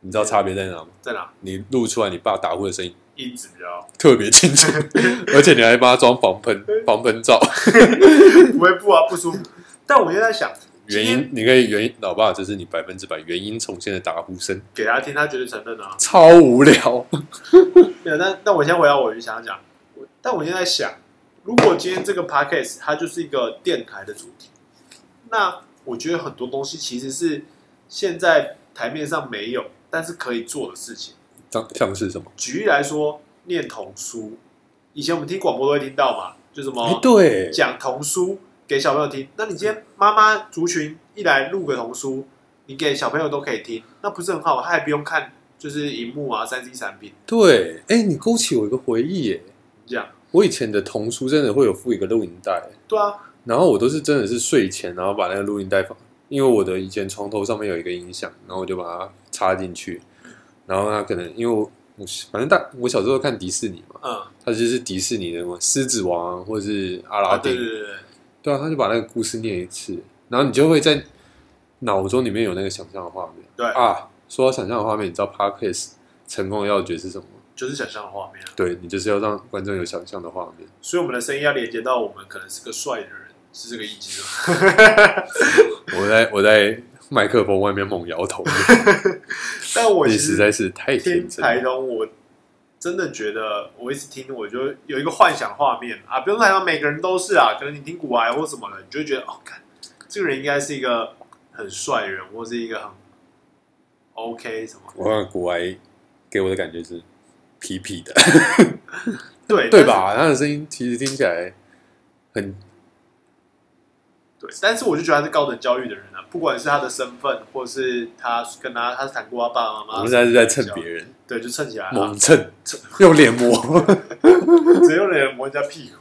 S1: 你知道差别在哪吗？
S3: 在哪？
S1: 你录出来你爸打呼的声音
S3: 音质比较
S1: 特别清楚， 而且你还帮他装防 喷防喷罩。
S3: 不会不啊不舒服。但我现在想，
S1: 原
S3: 今
S1: 因
S3: 天
S1: 你可以原因，老爸这是你百分之百原因重现的打呼声，
S3: 给他听，他绝对承认啊。
S1: 超无聊。
S3: 对，但但我先回到我就想要讲，我但我现在想，如果今天这个 podcast 它就是一个电台的主题，那我觉得很多东西其实是现在台面上没有，但是可以做的事情。
S1: 像像是什么？
S3: 举例来说，念童书，以前我们听广播都会听到嘛，就什么、
S1: 哎、对，
S3: 讲童书给小朋友听。那你今天妈妈族群一来录个童书，你给小朋友都可以听，那不是很好吗？他还不用看就是荧幕啊、三 C 产品
S1: 对，哎、你勾起我一个回忆耶。
S3: 这样。
S1: 我以前的童书真的会有附一个录影带，
S3: 对啊，
S1: 然后我都是真的是睡前，然后把那个录音带放，因为我的以前床头上面有一个音响，然后我就把它插进去，然后它可能因为我我反正大我小时候看迪士尼嘛，
S3: 嗯，
S1: 它就是迪士尼的什么狮子王啊或者是阿
S3: 啊，
S1: 拉丁，
S3: 对对对对，
S1: 对啊，他就把那个故事念一次，然后你就会在脑中里面有那个想象的画面。
S3: 对
S1: 啊，说到想象的画面，你知道 Parkes 成功的要诀是什么吗？
S3: 就是想象的画面啊。
S1: 对你就是要让观众有想象的画面。
S3: 所以我们的声音要连接到我们可能是个帅的人，是这个意啊思吗？
S1: 我在我在麦克风外面猛摇头。
S3: 但 我
S1: 你
S3: 其
S1: 实
S3: 实
S1: 在是太
S3: 听
S1: 天真
S3: 台
S1: 了。
S3: 东，我真的觉得我一直听，我就有一个幻想画面啊，不用台东，每个人都是啊，可能你听古癌或什么的，你就会觉得哦，看这个人应该是一个很帅的人，或是一个很 OK 什么，
S1: 我看古埃给我的感觉是痞痞的，
S3: 对
S1: 啊对？吧？他的声音其实听起来很
S3: 但是对，但是我就觉得他是高等教育的人啊，不管是他的身份，或是他跟他他是谈过他爸爸妈妈，
S1: 我们现在是在蹭别人，
S3: 对，就蹭起来了啊
S1: 猛，蹭，用脸磨。
S3: 直接用脸摸人家屁股，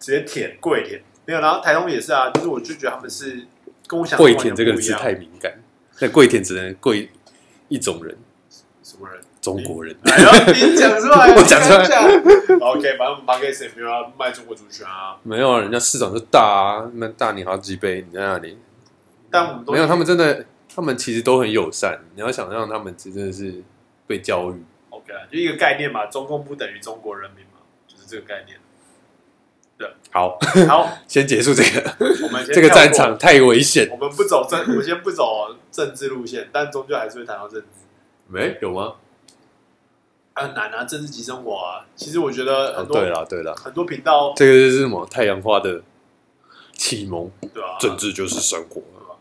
S3: 直接舔跪舔。没有，然后台东也是啊，就是我就觉得他们是跟我想的
S1: 跪
S3: 完全
S1: 舔这个
S3: 不一
S1: 字
S3: 样
S1: 太敏感，那跪舔只能跪一种人，
S3: 什么人？
S1: 中国人。
S3: 哎呦，你讲出来，
S1: 我讲出来
S3: 你敢讲。OK，反正我们 p o d c 也没有要卖中国族群啊，
S1: 没有啊，人家市场就大啊，那大你好几倍，你在那里
S3: 但我们都
S1: 没有？他们真的，他们其实都很友善。你要想让他们真的是被教育，
S3: OK 啊，就一个概念嘛，中共不等于中国人民嘛，就是这个概念。
S1: 好，
S3: 好，
S1: 先结束这个
S3: 我们先
S1: 这个
S3: 跳过
S1: 战，场太危险。
S3: 我们不走政，我们先不走政治路线，但终究还是会谈到政治。
S1: 没有吗？哦
S3: 啊，很难啊，政治及生活啊。其实我觉
S1: 哦，
S3: 得很多、
S1: 对了对了，
S3: 很多频道，
S1: 这个就是什么太阳花的启蒙，
S3: 对啊，
S1: 政治就是生活。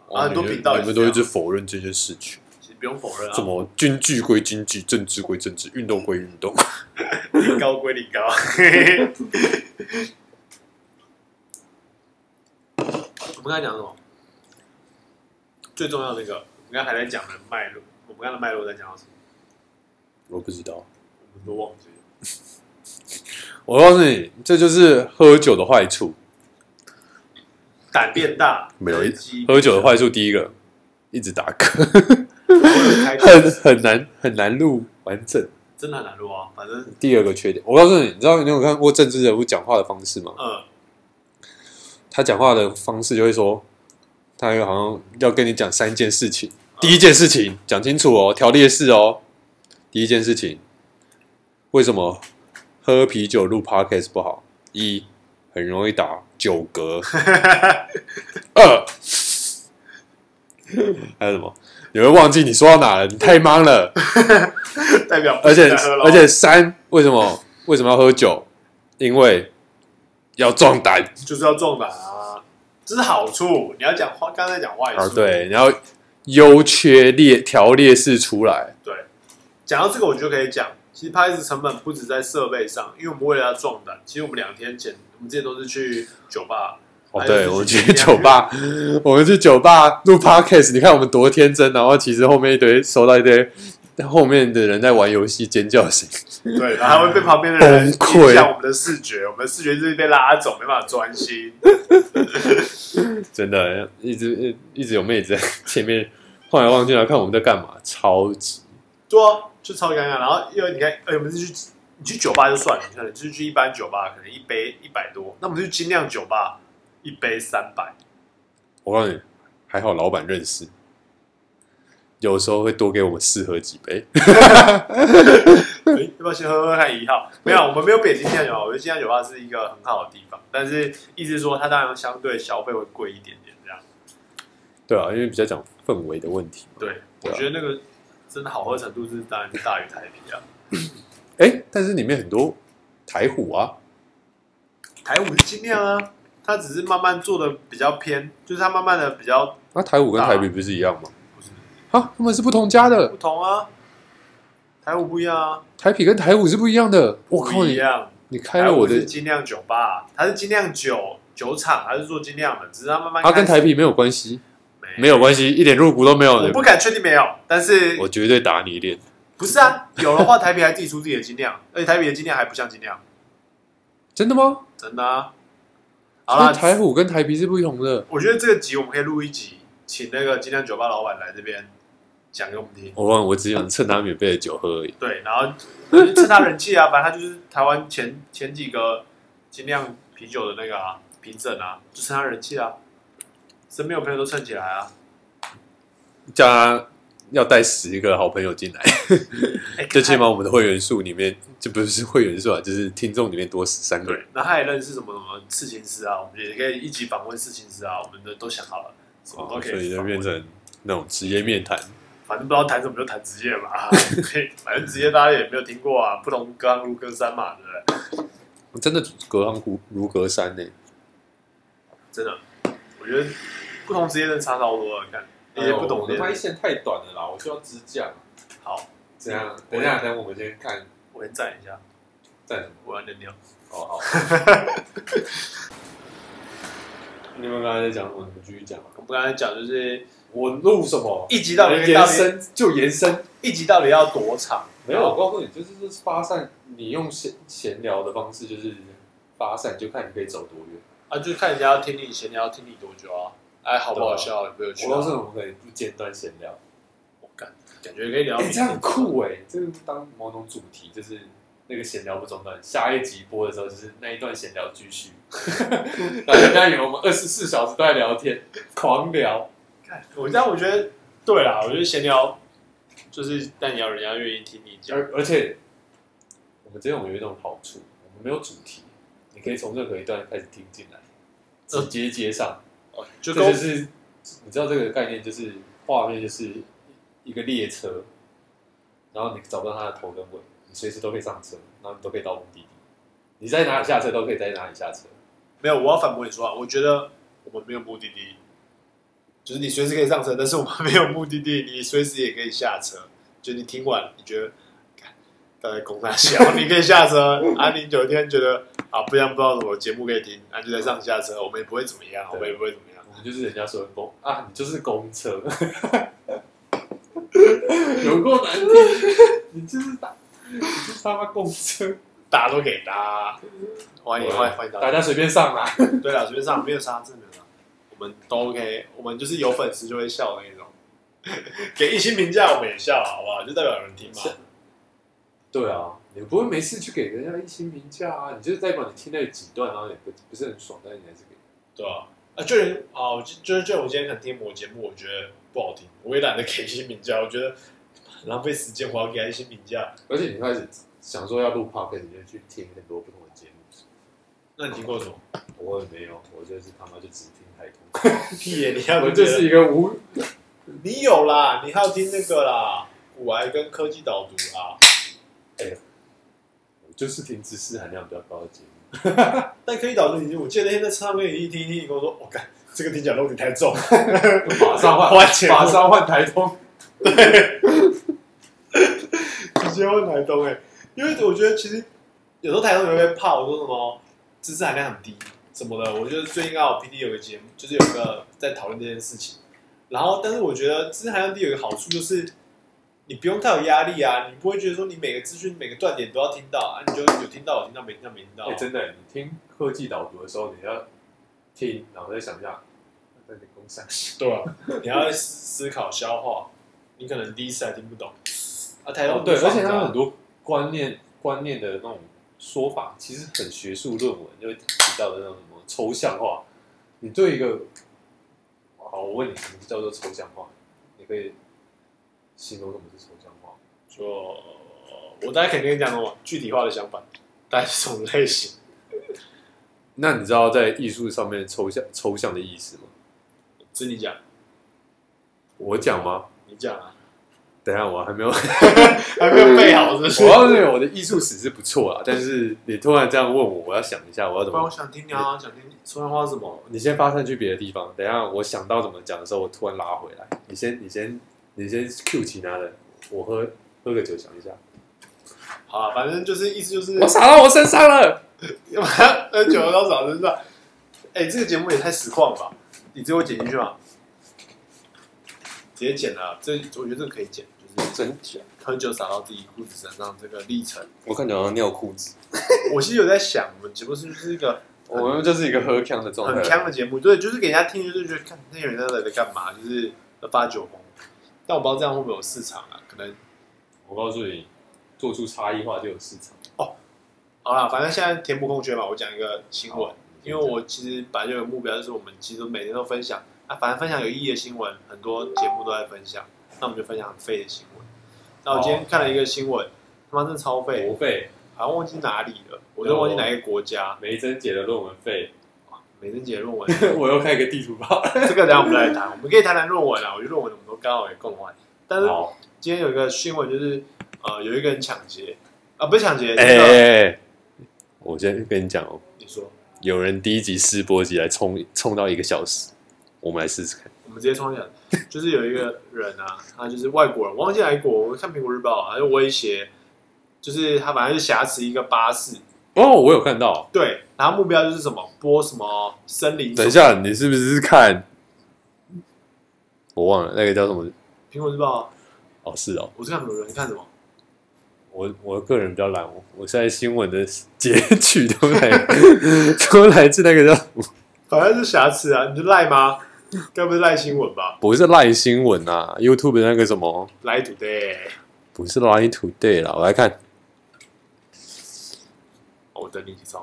S1: 哦
S3: 啊很多频道也
S1: 你
S3: 是
S1: 们都一
S3: 这
S1: 直
S3: 样
S1: 否认这件事情，
S3: 其实不用否认啊，
S1: 什么经济归经济，政治归政治，运动归运 动。
S3: 零高归零高。 我们刚才讲什么？最重要的那个，我们刚才还在讲的脉络，我们刚才的脉络在讲到什么？
S1: 我不知道，
S3: 我们都忘记了。
S1: 我告诉你，这就是喝酒的坏处。
S3: 胆变大，
S1: 没有
S3: 一机
S1: 喝酒的坏处，第一个一直打嗝，
S3: 开
S1: 很很难很难录完整。
S3: 真的很难录啊。反正
S1: 第二个缺点，我告诉你，你知道你有看过政治人物讲话的方式吗？
S3: 呃，
S1: 他讲话的方式就会说，他好像要跟你讲三件事情。第一件事情讲清楚哦，条列式哦。第一件事情，为什么喝啤酒录 podcast 不好？一，很容易打酒 嗝。二，还有什么？你会忘记你说到哪了？你太忙 了。
S3: 代表不
S1: 而且
S3: 能喝了哦
S1: 而且三，为什么为什么要喝酒？因为要壮胆。
S3: 就是要重胆啊，这是好处。你要讲话，刚才讲坏
S1: 啊，
S3: 处，
S1: 对，然后优缺列条列式出来，
S3: 对，讲到这个，我就可以讲，其实拍摄成本不止在设备上，因为我们为了要壮胆，其实我们两天前，我们之前都是去酒吧，
S1: 哦，
S3: 还有
S1: 对，
S3: 就是
S1: 我们去酒吧， 我们去酒吧录 podcast，你看我们多天真，然后其实后面一堆收到一堆后面的人在玩游戏尖叫声，
S3: 对，然后还会被旁边的人
S1: 崩溃
S3: 影响我们的视觉，我们的视觉就是被拉走，没办法专心。
S1: 真的，一直一直有妹子在前面晃来晃去，然后看我们在干嘛，超级
S3: 对啊，就超尴尬。然后因为你看，呃，我们是去你去酒吧就算了，你看你就是去一般酒吧，可能一杯一百多，那我们就精酿酒吧一杯三百，
S1: 我告诉你，还好老板认识，有时候会多给我们试喝几杯。
S3: 诶要不要先喝喝看一号？没有，啊我们没有贬低精酿酒吧，我觉得精酿酒吧是一个很好的地方，但是意思是说它当然相对消费会贵一点点这样。
S1: 对啊，因为比较讲氛围的问题嘛。
S3: 对，
S1: 对
S3: 我
S1: 啊
S3: 觉得那个真的好喝程度是当然是大于台 啤啊，
S1: 哎，但是里面很多台虎啊，
S3: 台五是精酿啊，它只是慢慢做的比较偏，就是它慢慢的比较
S1: 那台虎跟台北不是一样吗？
S3: 不是
S1: 啊，他们是不同家的
S3: 不，同啊，台五不一样啊，
S1: 台啤跟台虎是不一样的。我靠
S3: 不一
S1: 你，
S3: 样。
S1: 你开
S3: 台
S1: 了
S3: 五
S1: 我
S3: 是
S1: 的，
S3: 精酿酒吧，它是精酿酒酒厂，它是做精酿的，只是它慢慢
S1: 啊它跟
S3: 开始
S1: 台啤没有关系，没
S3: 没
S1: 有关系，一点入股都没有
S3: 有，我
S1: 的
S3: 不。敢确定没有，但是
S1: 我绝对打你脸。
S3: 不是啊，有的话台啤还自己出自己的精酿， 而且台啤的精酿还不像精酿，
S1: 真的吗？
S3: 真的、啊。好
S1: 所
S3: 啦
S1: 以，台虎跟台啤是不同的。
S3: 我觉得这个集我们可以录一集，请那个精酿酒吧老板来这边讲给我们听。
S1: 我忘了，我只想蹭他免费的酒喝而已。
S3: 对，然后 就是趁他人气啊，反正他就是台湾前前几个精酿啤酒的那个啊评审啊，就趁他人气啊，身边有朋友都蹭起来啊。
S1: 叫他要带十个好朋友进 来，
S3: 哎
S1: 最起码我们的会员数里面，就不是会员数啊，就是听众里面多十三个人。
S3: 那他也认识什么什么刺青师啊，我们也可以一起访问刺青师啊，我们都都想好了，什么都
S1: 哦，
S3: 可
S1: 所以就
S3: 访问
S1: 变成那种职业面谈。
S3: 反正不知道谈什么就谈职业嘛， 啊可以反正职业大家也没有听过啊，不同隔行如隔山嘛，对不对？
S1: 真的隔行如如隔山呢、
S3: 真的，我觉得不同职业真的差超多了，看
S4: 哎
S3: 那
S4: 呦
S3: 些不懂
S4: 我
S3: 的
S4: 的麦
S3: 人。
S4: 线太短了啦，我需要支架。
S3: 好，
S4: 怎样？等一下，等一下我们先看
S3: 我先站一下，
S4: 在什么？
S3: 我要尿尿。
S4: 哦好。 你们刚才在讲什么？你们继续讲。
S3: 我们刚才讲就是
S4: 我录什么？
S3: 一集到底到
S4: 延
S3: 底
S4: 伸就延伸。
S3: 一集到底要多长？
S4: 没有，我告诉你，就是这是发散，你用闲闲聊的方式就是发散，就看你可以走多远。
S3: 啊，就是看人家要听你闲聊，听你多久啊？哎，好不好
S4: 对
S3: 笑？有没有趣啊？
S4: 我告诉你，我们可以不间断闲聊。
S3: 我感感觉可以聊
S4: 哎、。这样很酷哎、这个当某种主题，就是那个闲聊不中断。下一集播的时候，就是那一段闲聊继 续，然后人家以为我们二十四小时都在聊天，狂聊。
S3: 看我这样，我觉得对啦，我觉得闲聊就是，但你要人家愿意听你讲，
S4: 而而且我们这种有一种好处，我们没有主题，你可以从任何一段开始听进来，直接接上。
S3: 哦就
S4: 这
S3: 跟我
S4: 就是你知道这个概念，就是画面就是一个列车，然后你找不到它的头跟尾，你随时都可以上车，然后你都可以到目的地，你在哪里下车都可以在哪里下车。
S3: 没有，我要反驳你说啊，我觉得我们没有目的地，就是你随时可以上车，但是我们没有目的地， 你随时也可以下车。就你听完，你觉得干大概公大小， 你可以下车。啊，你有一天觉得啊，不想不知道什么节目可以听，啊，就在上下车，我们也不会怎么样，我们也不会怎么样。
S4: 我们就是人家说的公啊，你就是公车，有够难听，你就是打，你就是他妈公车。
S3: 大家都可以搭，欢迎欢迎欢迎大
S4: 大
S3: 家。
S4: 家随便上来。
S3: 对啊啦，随便上，没有杀，真的啦，我们都 OK，我们就是有粉丝就会笑的那种。 给一星评价我们也笑，啊好不好？就代表有人听嘛。
S4: 对啊，你不会没事去给人家一星评价啊，你就是代表你听那几段，然后也不不是很爽，但是你还是给。
S3: 对啊，啊，就连啊，我就就是就我今天可能听某节目，我觉得不好听，我也懒得给一些评价，我觉得很浪费时间，我要给他一些评价。
S4: 而且你开始想说要录 podcast，你就去听很多不同的节目。
S3: 那你听过什么？
S4: 我也没有，我就是他妈就只听台通，
S3: 屁耶、你要
S4: 我就是一个无
S3: 你有啦，你还要听那个啦，古癌跟科技导读啊啦。
S4: 我就是听知识含量比较高的节目。
S3: 但科技导读已经，我记得那天在车上面一听一听，你跟我说，我、干，这个听起来落点太重，
S4: 马上换，
S3: 换节目
S4: 马上换台通。
S3: 直接问台东哎、因为我觉得其实有时候台东人会怕我说什么知识含量很低什么的。我觉得最近刚好 P D 有个节目，就是有个在讨论这件事情。然后，但是我觉得知识含量低有个好处就是，你不用太有压力啊，你不会觉得说你每个资讯每个断点都要听到啊，你就有听到有听到没听到没听到。
S4: 哎、真的，你听科技导读的时候，你要听，然后再想一下，在点工上。
S3: 对啊，你要思思考消化，你可能第一次还听不懂啊。台
S4: 哦
S3: 东
S4: 对，而且
S3: 它
S4: 他们很多观念观念的那种说法，其实很学术论文就会提到的那种什么抽象化。你对一个，好，我问你，什么叫做抽象化？你可以形容什么是抽象化？
S3: 就我大概可以跟你讲哦，具体化的想法，大概是这种类型。
S1: 那你知道在艺术上面抽象抽象的意思吗？
S3: 是你讲，
S1: 我讲吗？
S3: 你讲啊，
S1: 等一下我还没有，
S3: 还没有背好是不
S1: 我告诉你，我的艺术史是不错啦，但是你突然这样问我，我要想一下我要怎
S3: 不然我
S1: 么。
S3: 想听你啊，想听说话是什么？
S1: 你先发散去别的地方，等一下我想到怎么讲的时候，我突然拉回来。你先，你先，你先 Q 其他的，我喝喝个酒想一下。
S3: 好啊，反正就是意思就是，
S1: 我洒到我身上了，
S3: 喝酒喝到早身上。哎、这个节目也太实况了吧？你最后剪进去吗？直接剪了，这我觉得这个可以剪，就是
S1: 真假？
S3: 喝酒洒到自己裤子身上这个历程。
S1: 我看你好像尿裤子。
S3: 我其实有在想，我们节目是不是一个
S1: 我们就是一个喝腔的状
S3: 很
S1: 态
S3: 强。的节目，对，就是给人家听，就是觉得看那些人到底在干嘛，就是发酒疯。但我不知道这样会不会有市场啊？可能
S4: 我告诉你，做出差异化就有市场。
S3: 好啦，反正现在填补空缺嘛，我讲一个新闻，因为我其实本来就有目标，就是我们其实每天都分享啊，反正分享有意义的新闻，很多节目都在分享，那我们就分享很废的新闻。那我今
S1: 哦
S3: 天看了一个新闻，他妈真的超废，
S4: 国费、
S3: 好像忘记哪里了，我都忘记哪一个国家。
S4: 梅珍姐的论文费，
S3: 美珍姐论文，
S1: 哦
S4: 我又开一个地图炮。
S3: 这个等一下我们来谈，我们可以谈谈论文啊，我觉得论文我们都刚好也共患，但
S1: 呃
S3: 是
S4: 好，
S3: 今天有一个新闻，就是呃，有一个人抢劫啊，不是抢
S1: 哎、
S3: 劫，那个
S1: 哎哎我先跟你讲哦，
S3: 你说，
S1: 有人第一集试播集来冲冲到一个小时，我们来试试看。
S3: 我们直接冲进来，就是有一个人啊，他就是外国人，我忘记哪一国，我看《苹果日报》啊，他就威胁，就是他反正就挟持一个巴士，
S1: 哦，我有看到。
S3: 对，然后目标就是什么播什么森林，
S1: 等一，下，你是不是看？我忘了那个叫什么？
S3: 《苹果日报》，啊
S1: 哦，是哦，
S3: 我是看美国人，你看什么？
S1: 我我个人比较懒，我我现在新闻的截取都 来都来自那个叫
S3: 反正是瑕疵啊，你就赖吗？该不是赖新闻吧？
S1: 不是赖新闻啊，YouTube 的那个什么
S3: 赖 today，
S1: 不是 Lie Today 啦，我来看
S3: 哦我等你一起冲。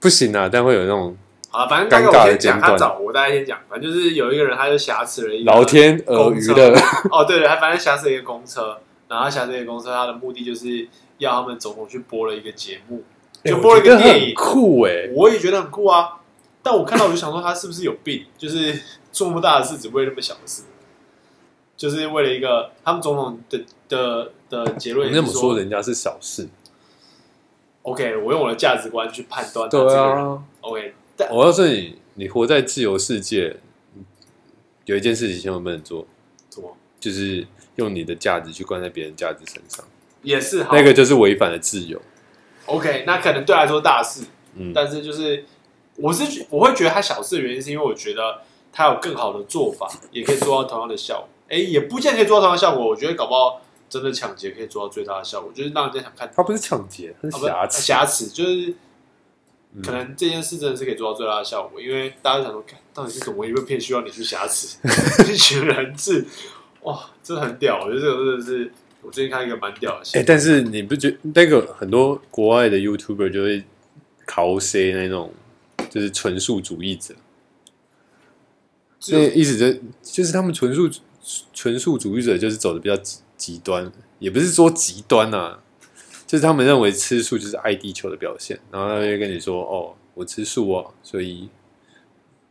S1: 不行啊，但会有那种
S3: 好了，反正大概
S1: 尴尬
S3: 我
S1: 的
S3: 先讲，
S1: 剪断
S3: 他找我，大概先讲。反正就是有一个人，他就挟持了一个
S1: 老天鹅娱乐，
S3: 哦，对对，他反正挟持一个公车，然后他挟持一个公车，他的目的就是要他们总统去播了一个节目，就播了一个
S1: 哎我觉得
S3: 电
S1: 很
S3: 影。
S1: 酷哎、
S3: 我也觉得很酷啊，但我看到我就想说他是不是有病，就是做那么大的事只为那么小的事，就是为了一个他们总统的的的结论
S1: 你
S3: 是
S1: 怎么说人家是小事？
S3: ？OK，我用我的价值观去判断他这
S1: 对
S3: 个人。
S1: 啊，
S3: OK，但
S1: 我告诉你，你活在自由世界，有一件事情千万不能做，
S3: 什么
S1: 就是用你的价值去灌在别人价值身上，
S3: 也是好
S1: 那个就是违反了自由。
S3: OK，那可能对他来说大事，
S1: 嗯，
S3: 但是就是我是觉我会觉得他小事的原因，是因为我觉得他有更好的做法，也可以做到同样的效果。哎、也不见得可以做到同样的效果。我觉得搞不好真的抢劫可以做到最大的效果，就是让人家想看
S1: 他不是抢劫，他是
S3: 啊不
S1: 嗯瑕
S3: 是
S1: 疵。
S3: 瑕疵就是
S1: 嗯
S3: 可能这件事真的是可以做到最大的效果，因为大家想说，看到底是怎么一个片需要你去 瑕疵，去寻人质，哇，这很屌！我觉得这个真的是我最近看一个蛮屌的
S1: 哎、
S3: 新闻，
S1: 但是你不觉那个很多国外的 YouTuber 就会考 C 那种，就是纯素主义者，
S3: 就
S1: 那
S3: 是
S1: 意思就就是他们纯素纯素主义者就是走的比较极极端，也不是说极端啊，就是他们认为吃素就是爱地球的表现，然后他就跟你说哦，我吃素哦，所以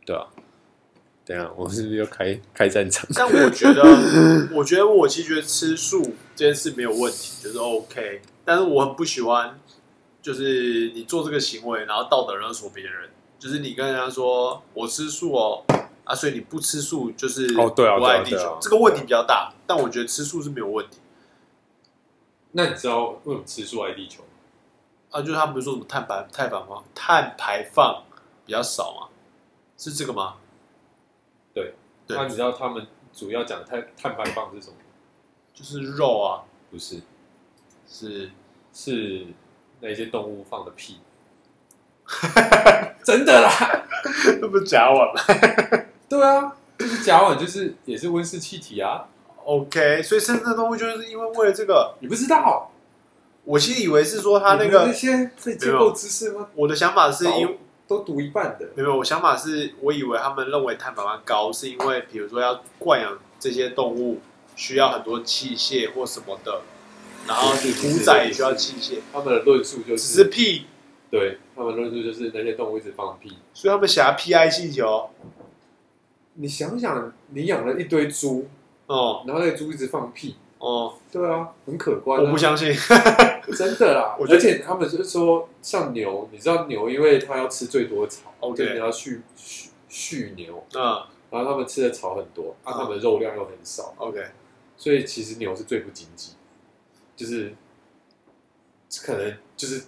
S1: 对啊，等一下我是不是要开开战 场？
S3: 但我觉得，我觉得我其实觉得吃素这件事没有问题，就是 OK。但是我很不喜欢，就是你做这个行为，然后道德勒索别人，就是你跟人家说我吃素哦，啊，所以你不吃素就是
S1: 哦对啊
S3: 不爱
S1: 对啊
S3: 地
S1: 对
S3: 球
S1: 啊，
S3: 这个问题比较大。但我觉得吃素是没有问题
S4: 那你知道为什么吃素爱地球吗？
S3: 啊，就是他们不是说什么碳排碳排放碳排放比较少嘛，是这个吗？对
S4: 那你知道他们主要讲碳碳排放是什么吗？
S3: 就是肉啊，
S4: 不是，
S3: 是
S4: 是那些动物放的 屁。真的啦，
S3: 那不是假碗吗
S4: 对啊，就是甲烷，就是也是温室气体啊。
S3: ？OK，所以生这动物就是因为为了这个。
S4: 你不知道
S3: 我其实以为是说他那
S4: 你哦们那
S3: 个，
S4: 些非机构知识吗？
S3: 我的想法是因
S4: 早都读一半的。
S3: 没有，我想法是我以为他们认为碳排放高，是因为比如说要惯养这些动物需要很多器械或什么的，然后
S4: 不是不是
S3: 屠宰也需要器械，
S4: 他们的论述就
S3: 只
S4: 是，
S3: 是屁，
S4: 对他们论述就是那些动物一直放屁。
S3: 所以他们想要 PI 气球，
S4: 你想想，你养了一堆猪，
S3: 哦
S4: 然后那个猪一直放屁，
S3: 哦，
S4: 对啊，很可观、啊。
S3: 我不相信，
S4: 真的啦，
S3: 我觉得
S4: 而且他们就是说，像牛，你知道牛，因为它要吃最多草
S3: OK
S4: 就是你要蓄蓄蓄牛，
S3: 嗯
S4: 然后他们吃的草很多，啊，
S3: 嗯
S4: 他们的肉量又很少，
S3: ，OK，
S4: 所以其实牛是最不经济，就是可能就是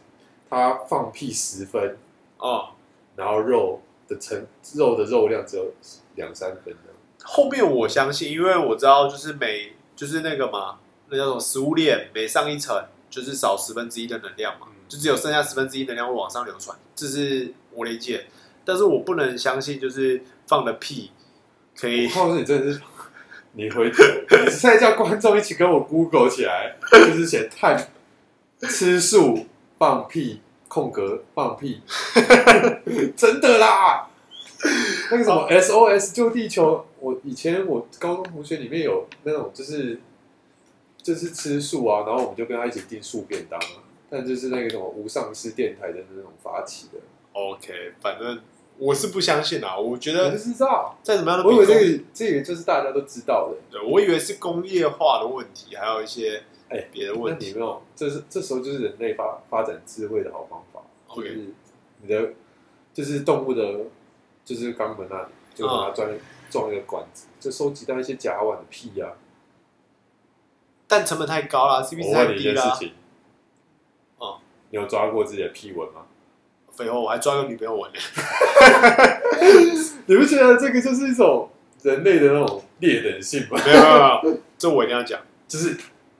S4: 它放屁十分，
S3: 哦，
S4: 然后肉的成肉的肉量只有两三分的，
S3: 后面我相信，因为我知道就是每就是那个嘛，那叫什么食物链每上一层就是少十分之一的能量
S4: 嗯
S3: 嘛。就只有剩下十分之一能量会往上流传，这是我理解。但是我不能相信，就是放的屁可以
S4: 我告诉你，真的是。你回头，你再叫观众一起跟我 Google 起来，就是写碳、吃素、放屁、空格放屁， 真的啦。那个什么 SOS 救地球，我以前我高中同学里面有那种就是就是吃素啊，然后我们就跟他一起订素便当啊，但就是那个什么无上师电台的那种发起的，
S3: OK。反正我是不相信啊，我觉
S4: 我
S3: 得
S4: 就知道，
S3: 再怎么样的
S4: 嗯我以
S3: 比工，
S4: 为这个这个就是大家都知道的。
S3: 对我以为是工业化的问题，还有一些
S4: 哎
S3: 别的
S4: 那
S3: 问
S4: 你
S3: 题。
S4: 没有，这是这时候就是人类发发展智慧的好方法，就
S3: OK，
S4: 是你的就是动物的，就是肛门那里，就把
S3: 啊
S4: 它装装一个管子，就收集到一些甲烷的屁啊呀、
S3: 但成本太高啦 c p 值
S4: 我
S3: 太
S4: 问你
S3: 低
S4: 一件事
S3: 啦。
S4: 情，
S3: 哦，
S4: 你有抓过自己的屁闻吗？
S3: 废话，我还抓个女朋友玩呢。
S4: 你不觉得这个就是一种人类的那种劣等性吗？
S3: 没有没有没有，这我一定要讲。
S4: 就是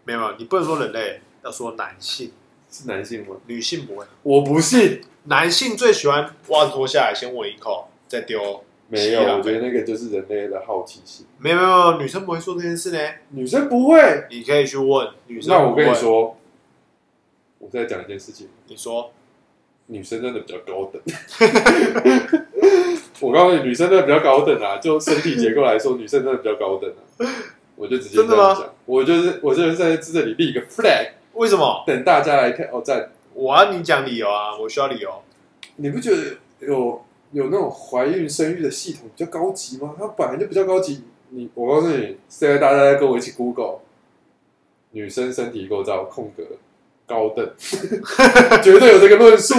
S3: 没有没有，你不能说人类，要说男性，
S4: 是男性吗？
S3: 女性不会。
S4: 我不信，
S3: 男性最喜欢袜子脱下来先闻一口，再丢。
S4: 没
S3: 是啊
S4: 有，我觉得那个就是人类的好奇心，
S3: 没有没有，没有女生不会做这件事呢。
S4: 女生不会。
S3: 你可以去问女生。
S4: 那我跟你，说，我再讲一件事情。
S3: 你说
S4: 女生真的比较高等。 我告诉你，女生真的比较高等啊！就身体结构来说，女生真的比较高等啊！我就直接这
S3: 真的吗
S4: 样讲，我就是我就是在这里立一个 flag，
S3: 为什么？
S4: 等大家来看哦。赞，
S3: 我要你讲理由啊，我需要理由。
S4: 你不觉得有有那种怀孕生育的系统比较高级吗？它本来就比较高级。你我告诉你，现在大家跟我一起 Google 女生身体构造空格高等， 绝对有这个论述。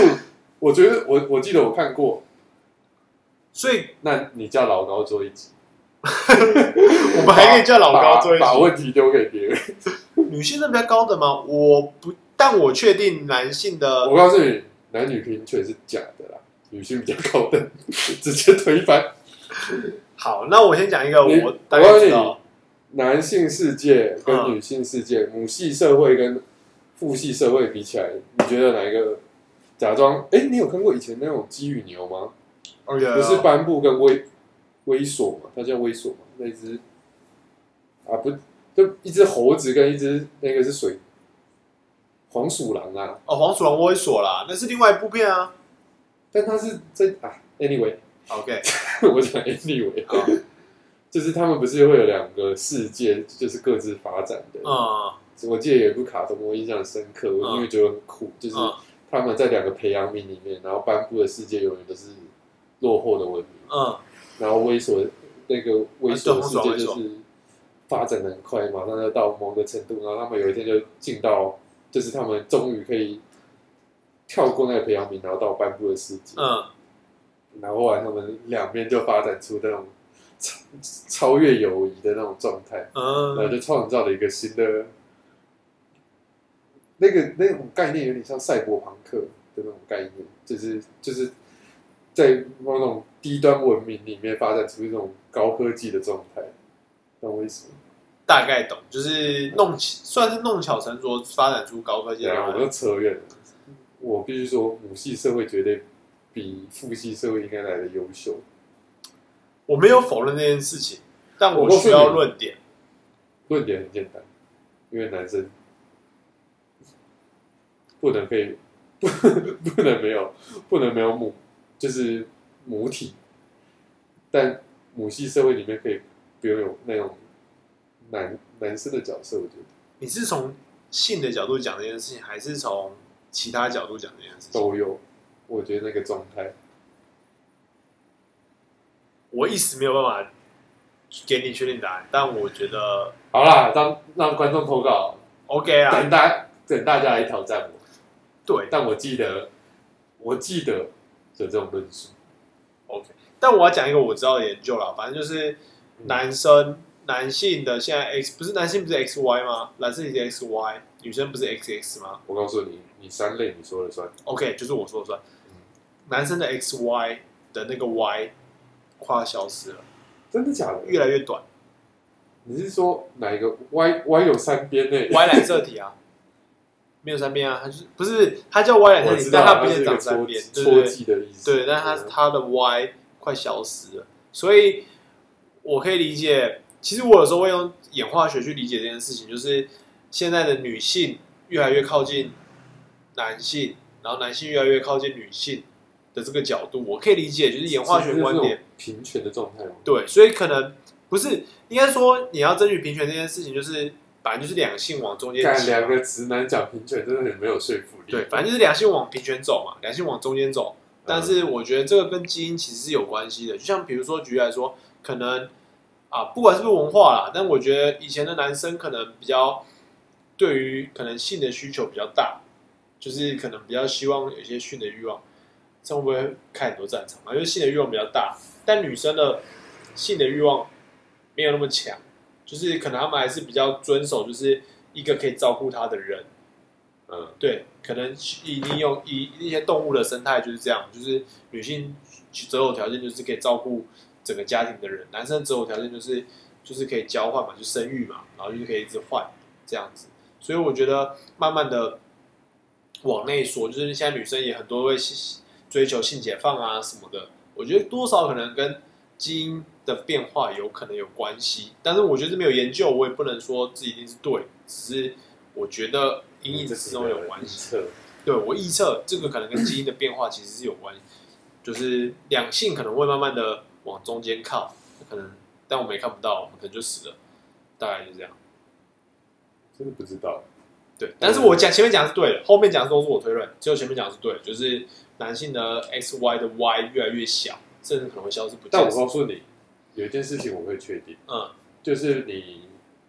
S4: 我觉得我我记得我看过，
S3: 所以
S4: 那你叫老高做一集，
S3: 我们还可以叫老高做一
S4: 把把
S3: 集。
S4: 问题丢给别人。
S3: 女性的比较高的吗？我不，但我确定男性的
S4: 我告诉你，男女平权是假的啦，女性比较高等， 直接推翻。
S3: 好。那我先讲一个，
S4: 你
S3: 我大
S4: 我告
S3: 概
S4: 诉
S3: 知
S4: 你
S3: 道。
S4: 男性世界跟
S3: 嗯
S4: 女性世界、母系社会跟父系社会比起来，你觉得哪一个？假装哎、你有看过以前那种鸡与牛吗？
S3: 哦，有
S4: 不是颁布跟威威索嘛，它叫威索嘛，那一只啊不，就一只猴子跟一只那个是水黄鼠狼啊，
S3: 哦，黄鼠狼猥琐啦，那是另外一部片啊。
S4: 但它是在啊，anyway，
S3: OK，
S4: 我讲 anyway，、
S3: 好
S4: 就是他们不是会有两个世界，就是各自发展的。
S3: 嗯
S4: 我记得有一部卡通，我印象很深刻，我
S3: 嗯
S4: 因为觉得很酷，就是
S3: 嗯
S4: 他们在两个培养皿里面，然后颁布的世界永远都是落后的文明。
S3: 嗯，
S4: 然后猥琐那个猥琐的世界
S3: 啊对
S4: 就是发展的很快，马上就到某个程度，然后他们有一天就进到，就是他们终于可以跳过那个培养皿，然后到颁布的世界，
S3: 嗯，
S4: 然后后来他们两边就发展出那种超超越友谊的那种状态，然后
S3: 嗯，
S4: 就创造了一个新的。那个那种概念有点像赛博朋克的那种概念，就是就是在某种低端文明里面发展出一种高科技的状态，懂我意思吗？
S3: 大概懂，就是弄巧，算是弄巧成拙，发展出高科技
S4: 对
S3: 的
S4: 啊，
S3: 玩
S4: 我
S3: 法。
S4: 都扯远了。我必须说，母系社会绝对比父系社会应该来的优秀。
S3: 我没有否认这件事情，但
S4: 我
S3: 我
S4: 告诉
S3: 需要
S4: 你
S3: 论点。
S4: 论点很简单，因为男生不能被 不不能没有不能没有母，就是母体，但母系社会里面可以不用有那种男男生的角色，我觉得
S3: 你是从性的角度讲这件事情，还是从其他角度讲这件事情？
S4: 都有。我觉得那个状态，
S3: 我一时没有办法给你确定答案，但我觉得
S4: 好啦，让让观众投稿，
S3: OK 啦
S4: 等。大等大家来挑战我。
S3: 对
S4: 但我记得，我记得有这种论述，
S3: ，OK。但我要讲一个我知道的研究啦，反正
S4: 嗯
S3: 就是男生男性的现在 X 不是男性不是 XY 吗？男生也是 XY，女生不是 XX 吗
S4: 我告诉你，你三类你说了算。
S3: ？OK，就是我说的算
S4: 嗯。
S3: 男生的 XY 的那个 Y 快要消失了，
S4: 真的假的？
S3: 越来越短。
S4: 你是说哪一个歪 歪有三边呢？
S3: Y 染色体啊，没有三边啊，它就是不是它叫 Y 染色
S4: 我
S3: 体
S4: 知，
S3: 但
S4: 道
S3: 它不
S4: 它是
S3: 见
S4: 一个
S3: 长
S4: 戳
S3: 三边，对
S4: 戳
S3: 对对
S4: 记的意思。嗯
S3: 对，但它它的 Y 快消失了，所以我可以理解。其实我有时候会用演化学去理解这件事情，就是现在的女性越来越靠近男性，然后男性越来越靠近女性的这个角度，我可以理解，就是演化学观点。，
S4: 平权的状态哦吗？
S3: 对，所以可能不是应该说你要争取平权这件事情，就是反正就是两性往中间啊
S4: 干
S3: 挤嘛
S4: 两个直男讲平权，真的很没有说服力。
S3: 对，反正就是两性往平权走嘛，两性往中间走。但是我觉得这个跟基因其实是有关系的，就像比如说举例来说，可能啊，不管是不是文化啦，但我觉得以前的男生可能比较对于可能性的需求比较大，就是可能比较希望有一些性的欲望，这样会不会看很多战场嘛？因为性的欲望比较大，但女生的性的欲望没有那么强，就是可能他们还是比较遵守就是一个可以照顾她的人。
S4: 嗯，
S3: 对，可能以利用以一些动物的生态就是这样，就是女性择偶条件就是可以照顾整个家庭的人，男生择偶条件就是就是可以交换嘛，就生育嘛，然后就是可以一直换这样子。所以我觉得慢慢的往内说，就是现在女生也很多会性追求性解放啊什么的，我觉得多少可能跟基因的变化有可能有关系，但是我觉得没有研究，我也不能说自己一定是对，只是我觉得隐隐之中有关系。
S4: 系。
S3: 对我预测，这个可能跟基因的变化其实是有关系，就是两性可能会慢慢的往中间靠，可能但我们也看不到，我们可能就死了，大概就这样。
S4: 真的不知道。
S3: 对，但是我讲前面讲的是对的，后面讲的都是我推论，只有前面讲的是对的，就是男性的 X Y 的 Y 越来越小，甚至可能会消失不见
S4: 但。我告诉你，有一件事情我会确定，
S3: 嗯，
S4: 就是你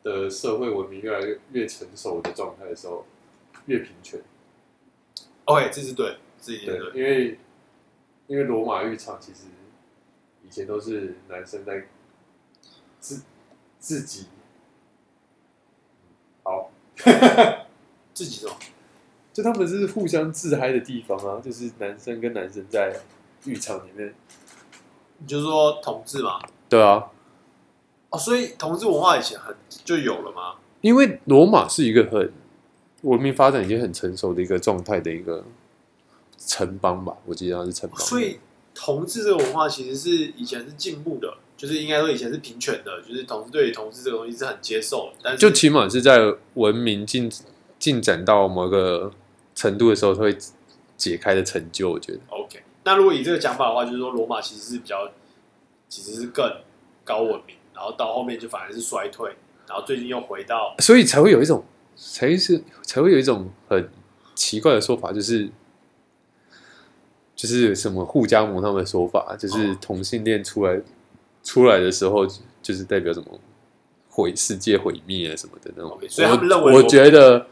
S4: 的社会文明越来越越成熟的状态的时候，越平权。
S3: OK，这是对，这一定
S4: 对
S3: 对，，
S4: 因为因为罗马浴场其实以前都是男生在自自己好，
S3: 自己的
S4: 就他们是互相自嗨的地方啊，就是男生跟男生在浴场里面，
S3: 你就是说统治嘛，
S1: 对啊，
S3: 哦，所以同志文化以前很就有了吗？
S1: 因为罗马是一个很文明发展已经很成熟的一个状态的一个城邦吧，我记得它是城邦。
S3: 所以同志这个文化其实是以前是进步的，就是应该说以前是平权的，就是同志对于同志这个东西是很接受的，但是
S1: 就起码是在文明进进展到某个程度的时候，它会解开的成就。我觉得
S3: OK。那如果以这个讲法的话，就是说罗马其实是比较，其实是更高文明，然后到后面就反而是衰退，然后最近又回到
S1: 所以才会有一种，才是才会有一种很奇怪的说法，就是就是什么互加盟他们的说法，就是
S3: 哦
S1: 同性恋出来出来的时候，就是代表什么毁世界毁灭啊什么的那种
S3: OK，。所以他哦们认为
S1: 我我
S3: 罗
S1: 觉得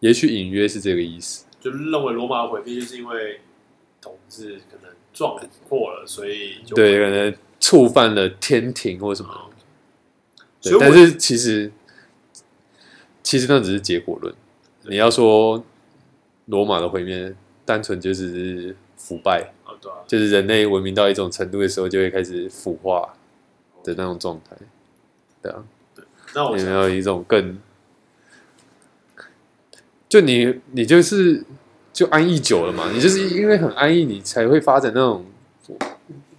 S1: 也许隐约是这个意思。
S3: 就认为罗马的毁灭就是因为统治可能撞破了，所以就
S1: 对，可能触犯了天庭或什么的。
S3: 所以
S1: 对，但
S3: 我
S1: 是其实其实那只是结果论。你要说罗马的毁灭，单纯就只是腐败，
S3: 哦对啊，
S1: 就是人类文明到一种程度的时候，就会开始腐化的那种状态。对啊，
S3: 那我
S1: 有没
S3: 想
S1: 有一种更？就你，你就是就安逸久了嘛，你就是因为很安逸，你才会发展那种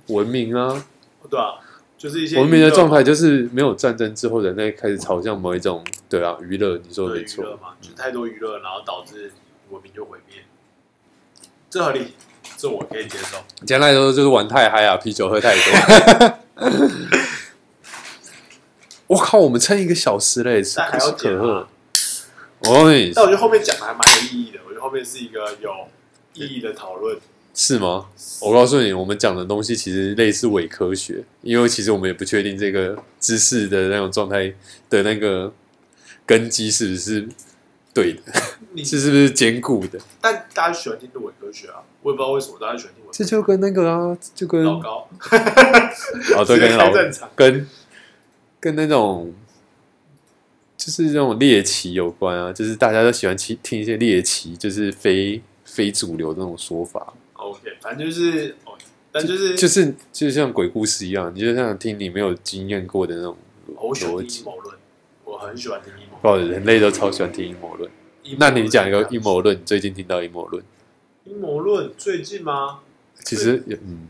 S1: 文明啊。
S3: 对啊，就是一些
S1: 文明的状
S3: 态
S1: 态就是没有战争之后，人类开始朝向某一种对啊娱乐，你说的没
S3: 对娱乐
S1: 错，嗯
S3: 嘛，就是太多娱乐，然后导致文明就毁灭，这合理，这我可以接受。
S1: 简单来说就是玩太嗨啊，啤酒喝太多。 我靠，我们撑一个小时嘞，是
S3: 但还要
S1: 是
S3: 剪
S1: 可
S3: 啊
S1: 乐。我告诉你
S3: 但，我觉得后面讲的还蛮有意义的，我觉得后面是一个有意义的讨论。
S1: 是吗？我告诉你，我们讲的东西其实类似伪科学，因为其实我们也不确定这个知识的那种状态的那个根基是不是对的，
S3: 你
S1: 是是不是坚固的。
S3: 但大家喜欢听的伪科学啊，我也不知道为什么大家喜欢听伪科
S1: 这
S3: 学。
S1: 就跟那个啊，就跟
S3: 老高，
S1: 哦，对，跟老
S3: 太正常
S1: 跟跟那种就是那种猎奇有关啊，就是大家都喜欢听听一些猎奇，就是非非主流的那种说法，
S3: OK，反正就是哦，但就是
S1: 就是就像鬼故事一样，你就像听你没有经验过的那种
S3: 我喜欢
S1: 逻
S3: 听阴
S1: 辑。
S3: 谋论，我很喜欢听阴谋论。
S1: 哦，人类都超喜欢听阴谋论。
S3: 阴谋
S1: 那
S3: 论
S1: 你讲一个阴谋论，你最近听到阴谋论，
S3: 阴谋论最近吗？
S1: 其实也嗯，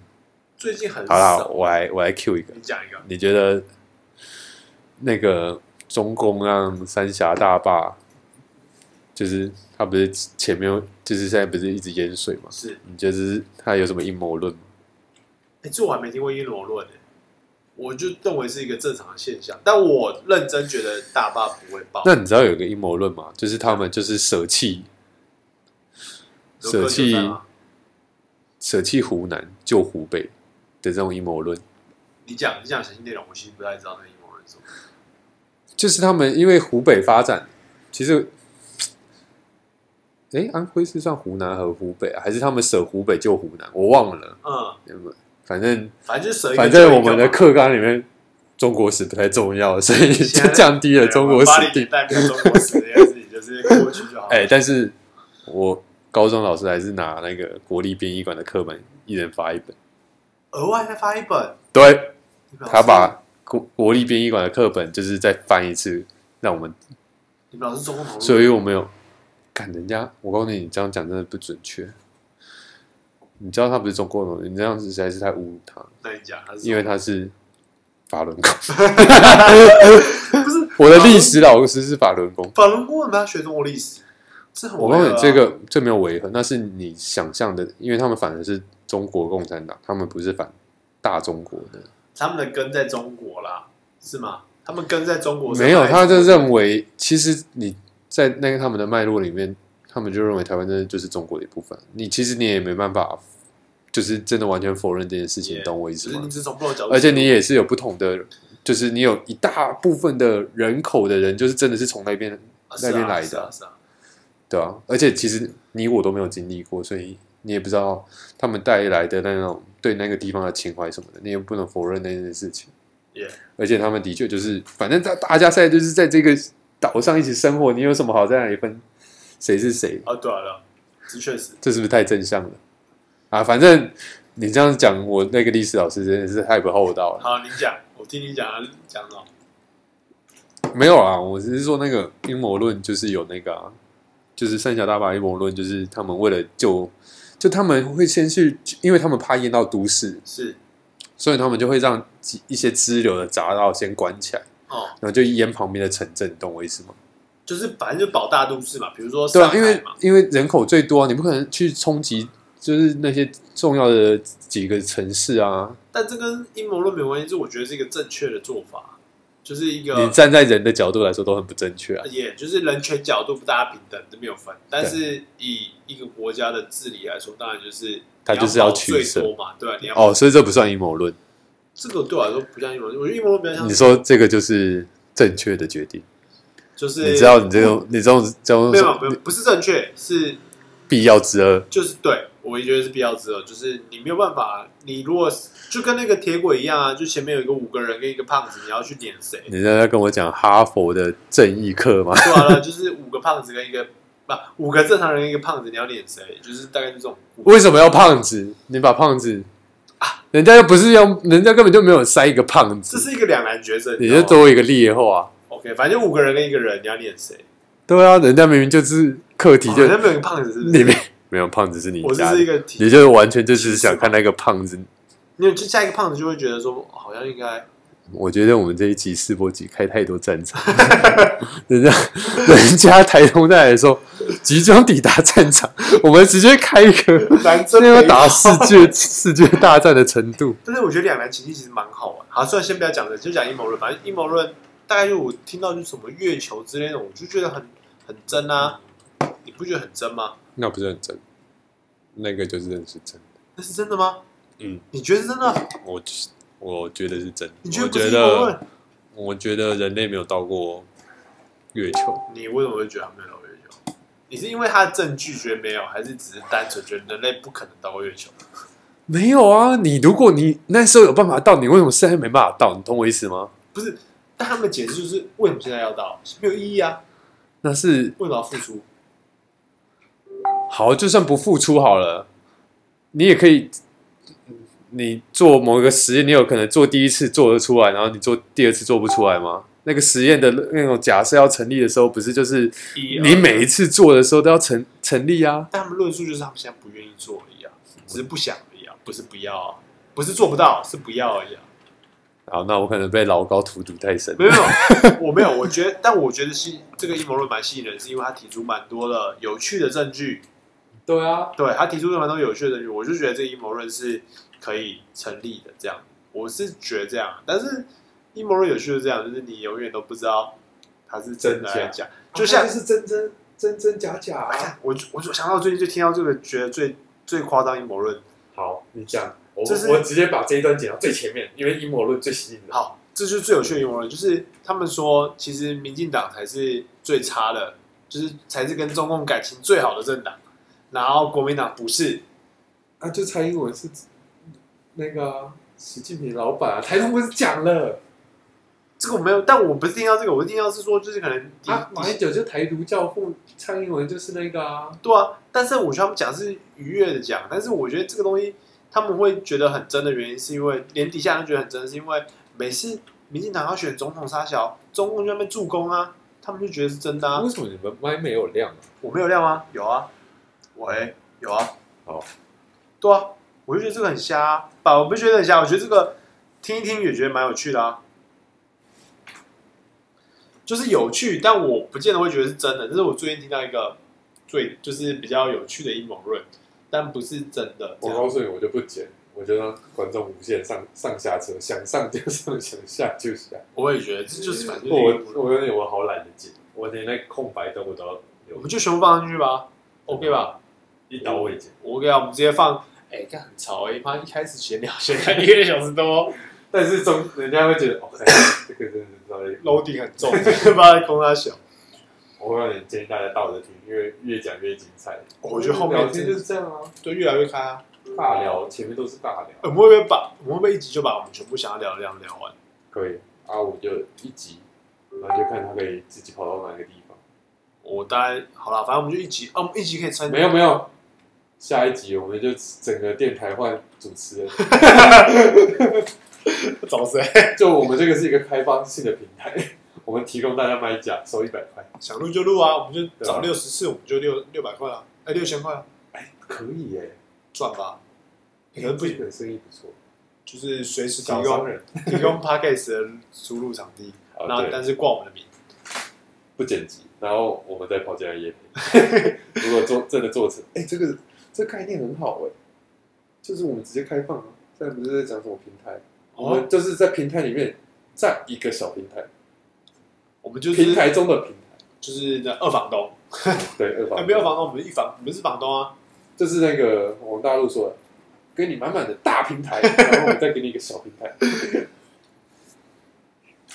S3: 最近很
S1: 好啦，
S3: 少。
S1: 我来我来 Q 一个
S3: 你，讲一个，
S1: 你觉得那个中共让三峡大坝，就是他不是前面就是现在不是一直淹水嘛？
S3: 是
S1: 你觉得他有什么阴谋论吗？
S3: 哎、这我还没听过阴谋论诶，我就认为是一个正常的现象，但我认真觉得大坝不会爆。
S1: 那你知道有个阴谋论吗？就是他们就是舍弃
S3: 有割
S1: 舍弃
S3: 韭菜吗
S1: 舍弃湖南救湖北的这种阴谋论，
S3: 你讲你讲详细内容，我其实不太知道那阴谋论是什么。
S1: 就是他们因为湖北发展，其实。哎，安徽是算湖南和湖北、啊，还是他们舍湖北救湖南？我忘了，
S3: 嗯，
S1: 反正
S3: 反正就是舍一个
S1: 反
S3: 救一
S1: 正
S3: 个
S1: 我们的
S3: 嘛
S1: 课纲里面，中国史不太重要，所以
S3: 现
S1: 就
S3: 在
S1: 降低了中国史
S3: 对
S1: 地
S3: 我们80年。代没有中国史这件事情就是过去就好了。
S1: 哎、但是我高中老师还是拿那个国立编译馆的课本，一人发一本。
S3: 额外再发一本，
S1: 对
S3: 你们老师
S1: 他把国国立编译馆的课本就是再翻一次，让我
S3: 嗯
S1: 们，
S3: 你们老师中共同路，
S1: 所以我没有看人家。我告诉你，你这样讲真的不准确。你知道他不是中国人，你这样子实在是太侮辱他了。
S3: 那你讲他是
S1: 因
S3: 为
S1: 为他是法 轮功，我的历史老师是法轮功。
S3: 法轮功为什么要学中国历史？这很
S1: 我
S3: 违
S1: 告
S3: 和
S1: 诉
S3: 啊
S1: 你，这个这没有违和，那是你想象的，因为他们反的是中国共产党，他们不是反大中国的。
S3: 他们的根在中国啦，是吗？他们根在中国是
S1: 没有，
S3: 来自
S1: 他就认为，其实你在那个他们的脉络里面，他们就认为台湾真的就是中国的一部分。你其实你也没办法，就是真的完全否认这件事情，
S3: Yeah，
S1: 懂我意思
S3: 只是
S1: 吗
S3: 你？只是从不同的角度，
S1: 而且你也是有不同的，就是你有一大部分的人口的人，就是真的是从那边
S3: 啊
S1: 那边来
S3: 是
S1: 的
S3: 啊，是啊，
S1: 对啊。而且其实你我都没有经历过，所以你也不知道他们带来的那种对那个地方的情怀什么的，你也不能否认那件事情。
S3: 也
S1: 而且他们的确就是，反正大大家现在就是在这个岛上一起生活，你有什么好在那里分谁是谁？
S3: 啊，对啊，对啊的确是
S1: 这是不是太正向了啊？反正你这样讲，我那个历史老师真的是太不厚道了。
S3: 好，你讲，我听你讲啊，你讲哦，
S1: 没有啊，我只是说那个阴谋论就是有那个、啊，就是三峡大坝阴谋论，就是他们为了救，就他们会先去，因为他们怕淹到都市，
S3: 是
S1: 所以他们就会让几一些支流的闸道先关起来，
S3: 哦，
S1: 然后就淹旁边的城镇，你懂我意思吗？
S3: 就是反正就保大都市嘛，比如说
S1: 对
S3: 上
S1: 啊，
S3: 哦海
S1: 因为
S3: 嘛，
S1: 因为人口最多啊，你不可能去冲击就是那些重要的几个城市啊，
S3: 但这跟阴谋论没有关系，这我觉得是一个正确的做法，就是一个
S1: 你站在人的角度来说都很不正确啊。
S3: 也就是人权角度大家平等都没有分，但是以一个国家的治理来说，当然就是
S1: 他就是
S3: 要
S1: 要
S3: 保
S1: 取
S3: 最
S1: 舍
S3: 多嘛，对啊吧、你要、
S1: 哦，所以这不算阴谋论，
S3: 这个对我来说不像阴谋论，我觉得阴谋论比较像
S1: 你说这个就是正确的决定。
S3: 就是
S1: 你知道你这种你这种这种
S3: 哦没有没有不是正确，是
S1: 必要之恶，
S3: 就是对我也觉得是必要之恶，就是你没有办法，你如果就跟那个铁轨一样啊，就前面有一个五个人跟一个胖子，你要去撵谁？
S1: 你在那跟我讲哈佛的正义课吗？
S3: 对啊，就是五个胖子跟一个不五个正常人跟一个胖子，你要撵谁？就是大概就这种
S1: 为什么要胖子？你把胖子，人家又不是用，人家根本就没有塞一个胖子，
S3: 这啊是一个哦两难抉择。
S1: 你
S3: 知道
S1: 就
S3: 吗
S1: 多一个劣后啊。
S3: OK，反正就五个人跟一个人，你要撿谁？
S1: 对啊，人家明明就是课题
S3: 好
S1: 就
S3: 像没有一个胖子是不是
S1: 里面没有胖子是你
S3: 我这
S1: 家
S3: 是一
S1: 的，
S3: 个题
S1: 你，就是完全就只是想看那个胖子。
S3: 因为就下一个胖子就会觉得说，哦好像应该
S1: 我觉得我们这一集世博集开太多战 场，人家人家台东在来说即将抵达战场，我们直接开一个
S3: 男
S1: 真
S3: 真
S1: 的要
S3: 没
S1: 打世界世界大战的程度。
S3: 但是我觉得两难情境其实蛮好玩。好，虽然先不要讲这，就讲阴谋论。反正阴谋论大概就我听到就是什么月球之类的，我就觉得很很真啊。
S1: 嗯
S3: 你不觉得很真吗？
S1: 那不是很真，那个就是认识真。
S3: 那是真的吗？
S1: 嗯，
S3: 你觉得是真的？
S1: 我就是我觉得是真。
S3: 你觉得
S1: 我
S3: 不是
S1: 觉
S3: 阴谋论
S1: 得？我觉得人类没有到过月球，
S3: 你为什么会觉得他没有到月球？你是因为他的证据觉得没有，还是只是单纯觉得人类不可能到过月球？
S1: 没有啊！你如果你那时候有办法到，你为什么现在没办法到？你懂我意思吗？
S3: 但他们的解释就是为什么现在要到，没有意义啊？
S1: 那是
S3: 为什么要付出？
S1: 好，就算不付出好了，你也可以。你做某一个实验，你有可能做第一次做得出来，然后你做第二次做不出来吗？那个实验的那种假设要成立的时候，不是就是
S3: 一
S1: 你
S3: 而
S1: 每一次做的时候都要成成立啊。
S3: 啊但他们论述就是他们现在不愿意做而已啊，只是不想而已啊，不是不要、啊，不是做不到，是不要而已啊。
S1: 好，那我可能被老高荼毒太深
S3: 没。有，没有我没有，我觉得，但我觉得是这个阴谋论蛮吸引人，是因为他提出蛮多的有趣的证据，
S1: 对啊，
S3: 对他提出蛮多有趣的证据，我就觉得这个阴谋论是可以成立的。这样，我是觉得这样，但是阴谋论有趣的是这样，就是你永远都不知道它是真的还是假，哦就像
S4: 啊是真真真真假假啊。
S3: 我就我就想到最近就听到这个，觉得最最夸张阴谋论。
S4: 好，你讲，我
S3: 就是
S4: 我直接把这一段剪到最前面，因为阴谋论最吸引人。
S3: 好，这就是最有趣的阴谋论，就是他们说，其实民进党才是最差的，就是才是跟中共感情最好的政党，然后国民党不是，
S4: 啊，就蔡英文是那个啊习近平老板啊，台东不是讲了
S3: 这个我没有，但我不是听到这个，我是听到是说，就是可能底
S4: 啊，马英九就台独教父，蔡英文就是那个啊。
S3: 对啊，但是我觉得他们讲是愉悦的讲，但是我觉得这个东西他们会觉得很真的原因，是因为连底下人都觉得很真，是因为每次民进党要选总统沙小，中共就在那边助攻啊，他们就觉得是真的啊
S1: 为，什么你们麦没有亮、啊？
S3: 我没有亮吗？有啊，喂，有啊。
S1: 好，
S3: 对啊，我就觉得这个很瞎、啊，吧？我不觉得很瞎，我觉得这个听一听也觉得蛮有趣的啊。就是有趣，但我不见得会觉得是真的。这是我最近听到一个最就是比较有趣的阴谋论，但不是真的。这
S4: 我
S3: 样
S4: 告诉你，我就不剪，我就让观众无限上上下车，想上就上，想下就下。
S3: 我也觉得这就是反正就是
S4: 我
S3: 阴谋论
S4: 我有点我好懒得剪，我连那空白的我都要
S3: 我
S4: 留
S3: 们，就全部放上去吧，OK 吧？
S4: 一刀未剪。
S3: 我给啊，我们直接放。哎、欸，看很吵哎、欸，妈！一开始闲聊闲聊一个小时多
S4: 但是中人家会觉得，哦，哎这个真的是稍微
S3: ，loading 很重，把空它小。
S4: 我会有点建议大家倒着听，因为越讲越精彩。
S3: 我觉得后面
S4: 聊天就是这样啊，
S3: 就越来越开啊。
S4: 尬聊前面都是尬
S3: 呃我
S4: 聊，
S3: 们会不会把我们会不会一集就把我们全部想要聊的聊聊完？
S4: 可以啊，我就一集，然后就看他可以自己跑到哪个地方。
S3: 我当然好了，反正我们就一集，哦、我们一集可以参
S4: 没有没有，下一集我们就整个电台换主持 人，
S3: 找谁？
S4: 就我们这个是一个开放性的平台，我我们提供大家买假，收一百块，
S3: 想录就录啊，我们就
S4: 对啊
S3: 找六十次，我们就六六百块啊，哎，六千块啊，
S4: 可以耶、
S3: 赚吧。可能不
S4: 哎这个生意不错，
S3: 就是随时提
S4: 小商
S3: 供
S4: 人
S3: 提供 podcast 的输入场地，
S4: 啊，
S3: 那
S4: 对，
S3: 但是挂我们的名，
S4: 不剪辑，然后我们再跑进来夜配。 如果做真的做成，哎、这个这概念很好哎、就是我们直接开放啊，现在不是在讲什么平台，
S1: 哦
S4: 我们就是在平台里面占一个小平台，
S3: 我们就是
S4: 平台中的平台，
S3: 就是那二房东，
S4: 对，二
S1: 啊
S3: 哎，
S4: 房
S3: 没有房东，我们一房，我们是房东啊，
S4: 就是那个我们大陆说的，给你满满的大 平台，然后我们再给你一个小平台。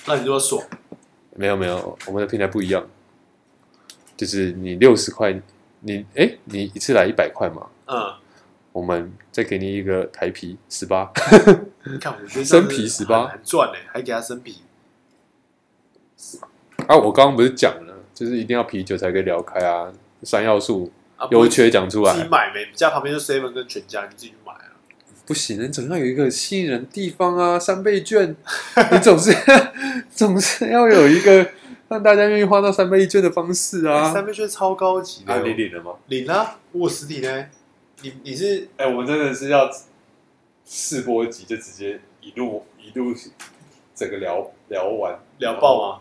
S3: 那你就要爽。
S1: 没有没有，我们的平台不一样，就是你六十块，你哎，你一次来一百块嘛，
S3: 嗯，
S1: 我们再给你一个台皮十八，
S3: 你看我觉得
S1: 生皮18
S3: 很赚呢，还给他生皮，
S1: 啊，我刚刚不是讲了，就是一定要啤酒才可以聊开啊，三要素
S3: 啊，不
S1: 优
S3: 是
S1: 缺讲出
S3: 自己
S1: 来，
S3: 买没？你家旁边就 seven 跟全家，你自己去买啊。
S1: 不行，你总要有一个吸引人的地方啊，三倍 券，你总是总是要有一个让大家愿意花到三倍券的方式啊。
S3: 三倍券超高级的，
S4: 领了吗？
S3: 领啊，我有实体呢。你你是
S4: 哎、我们真的是要试播集就直接一路一路整个聊聊完
S3: 聊爆吗？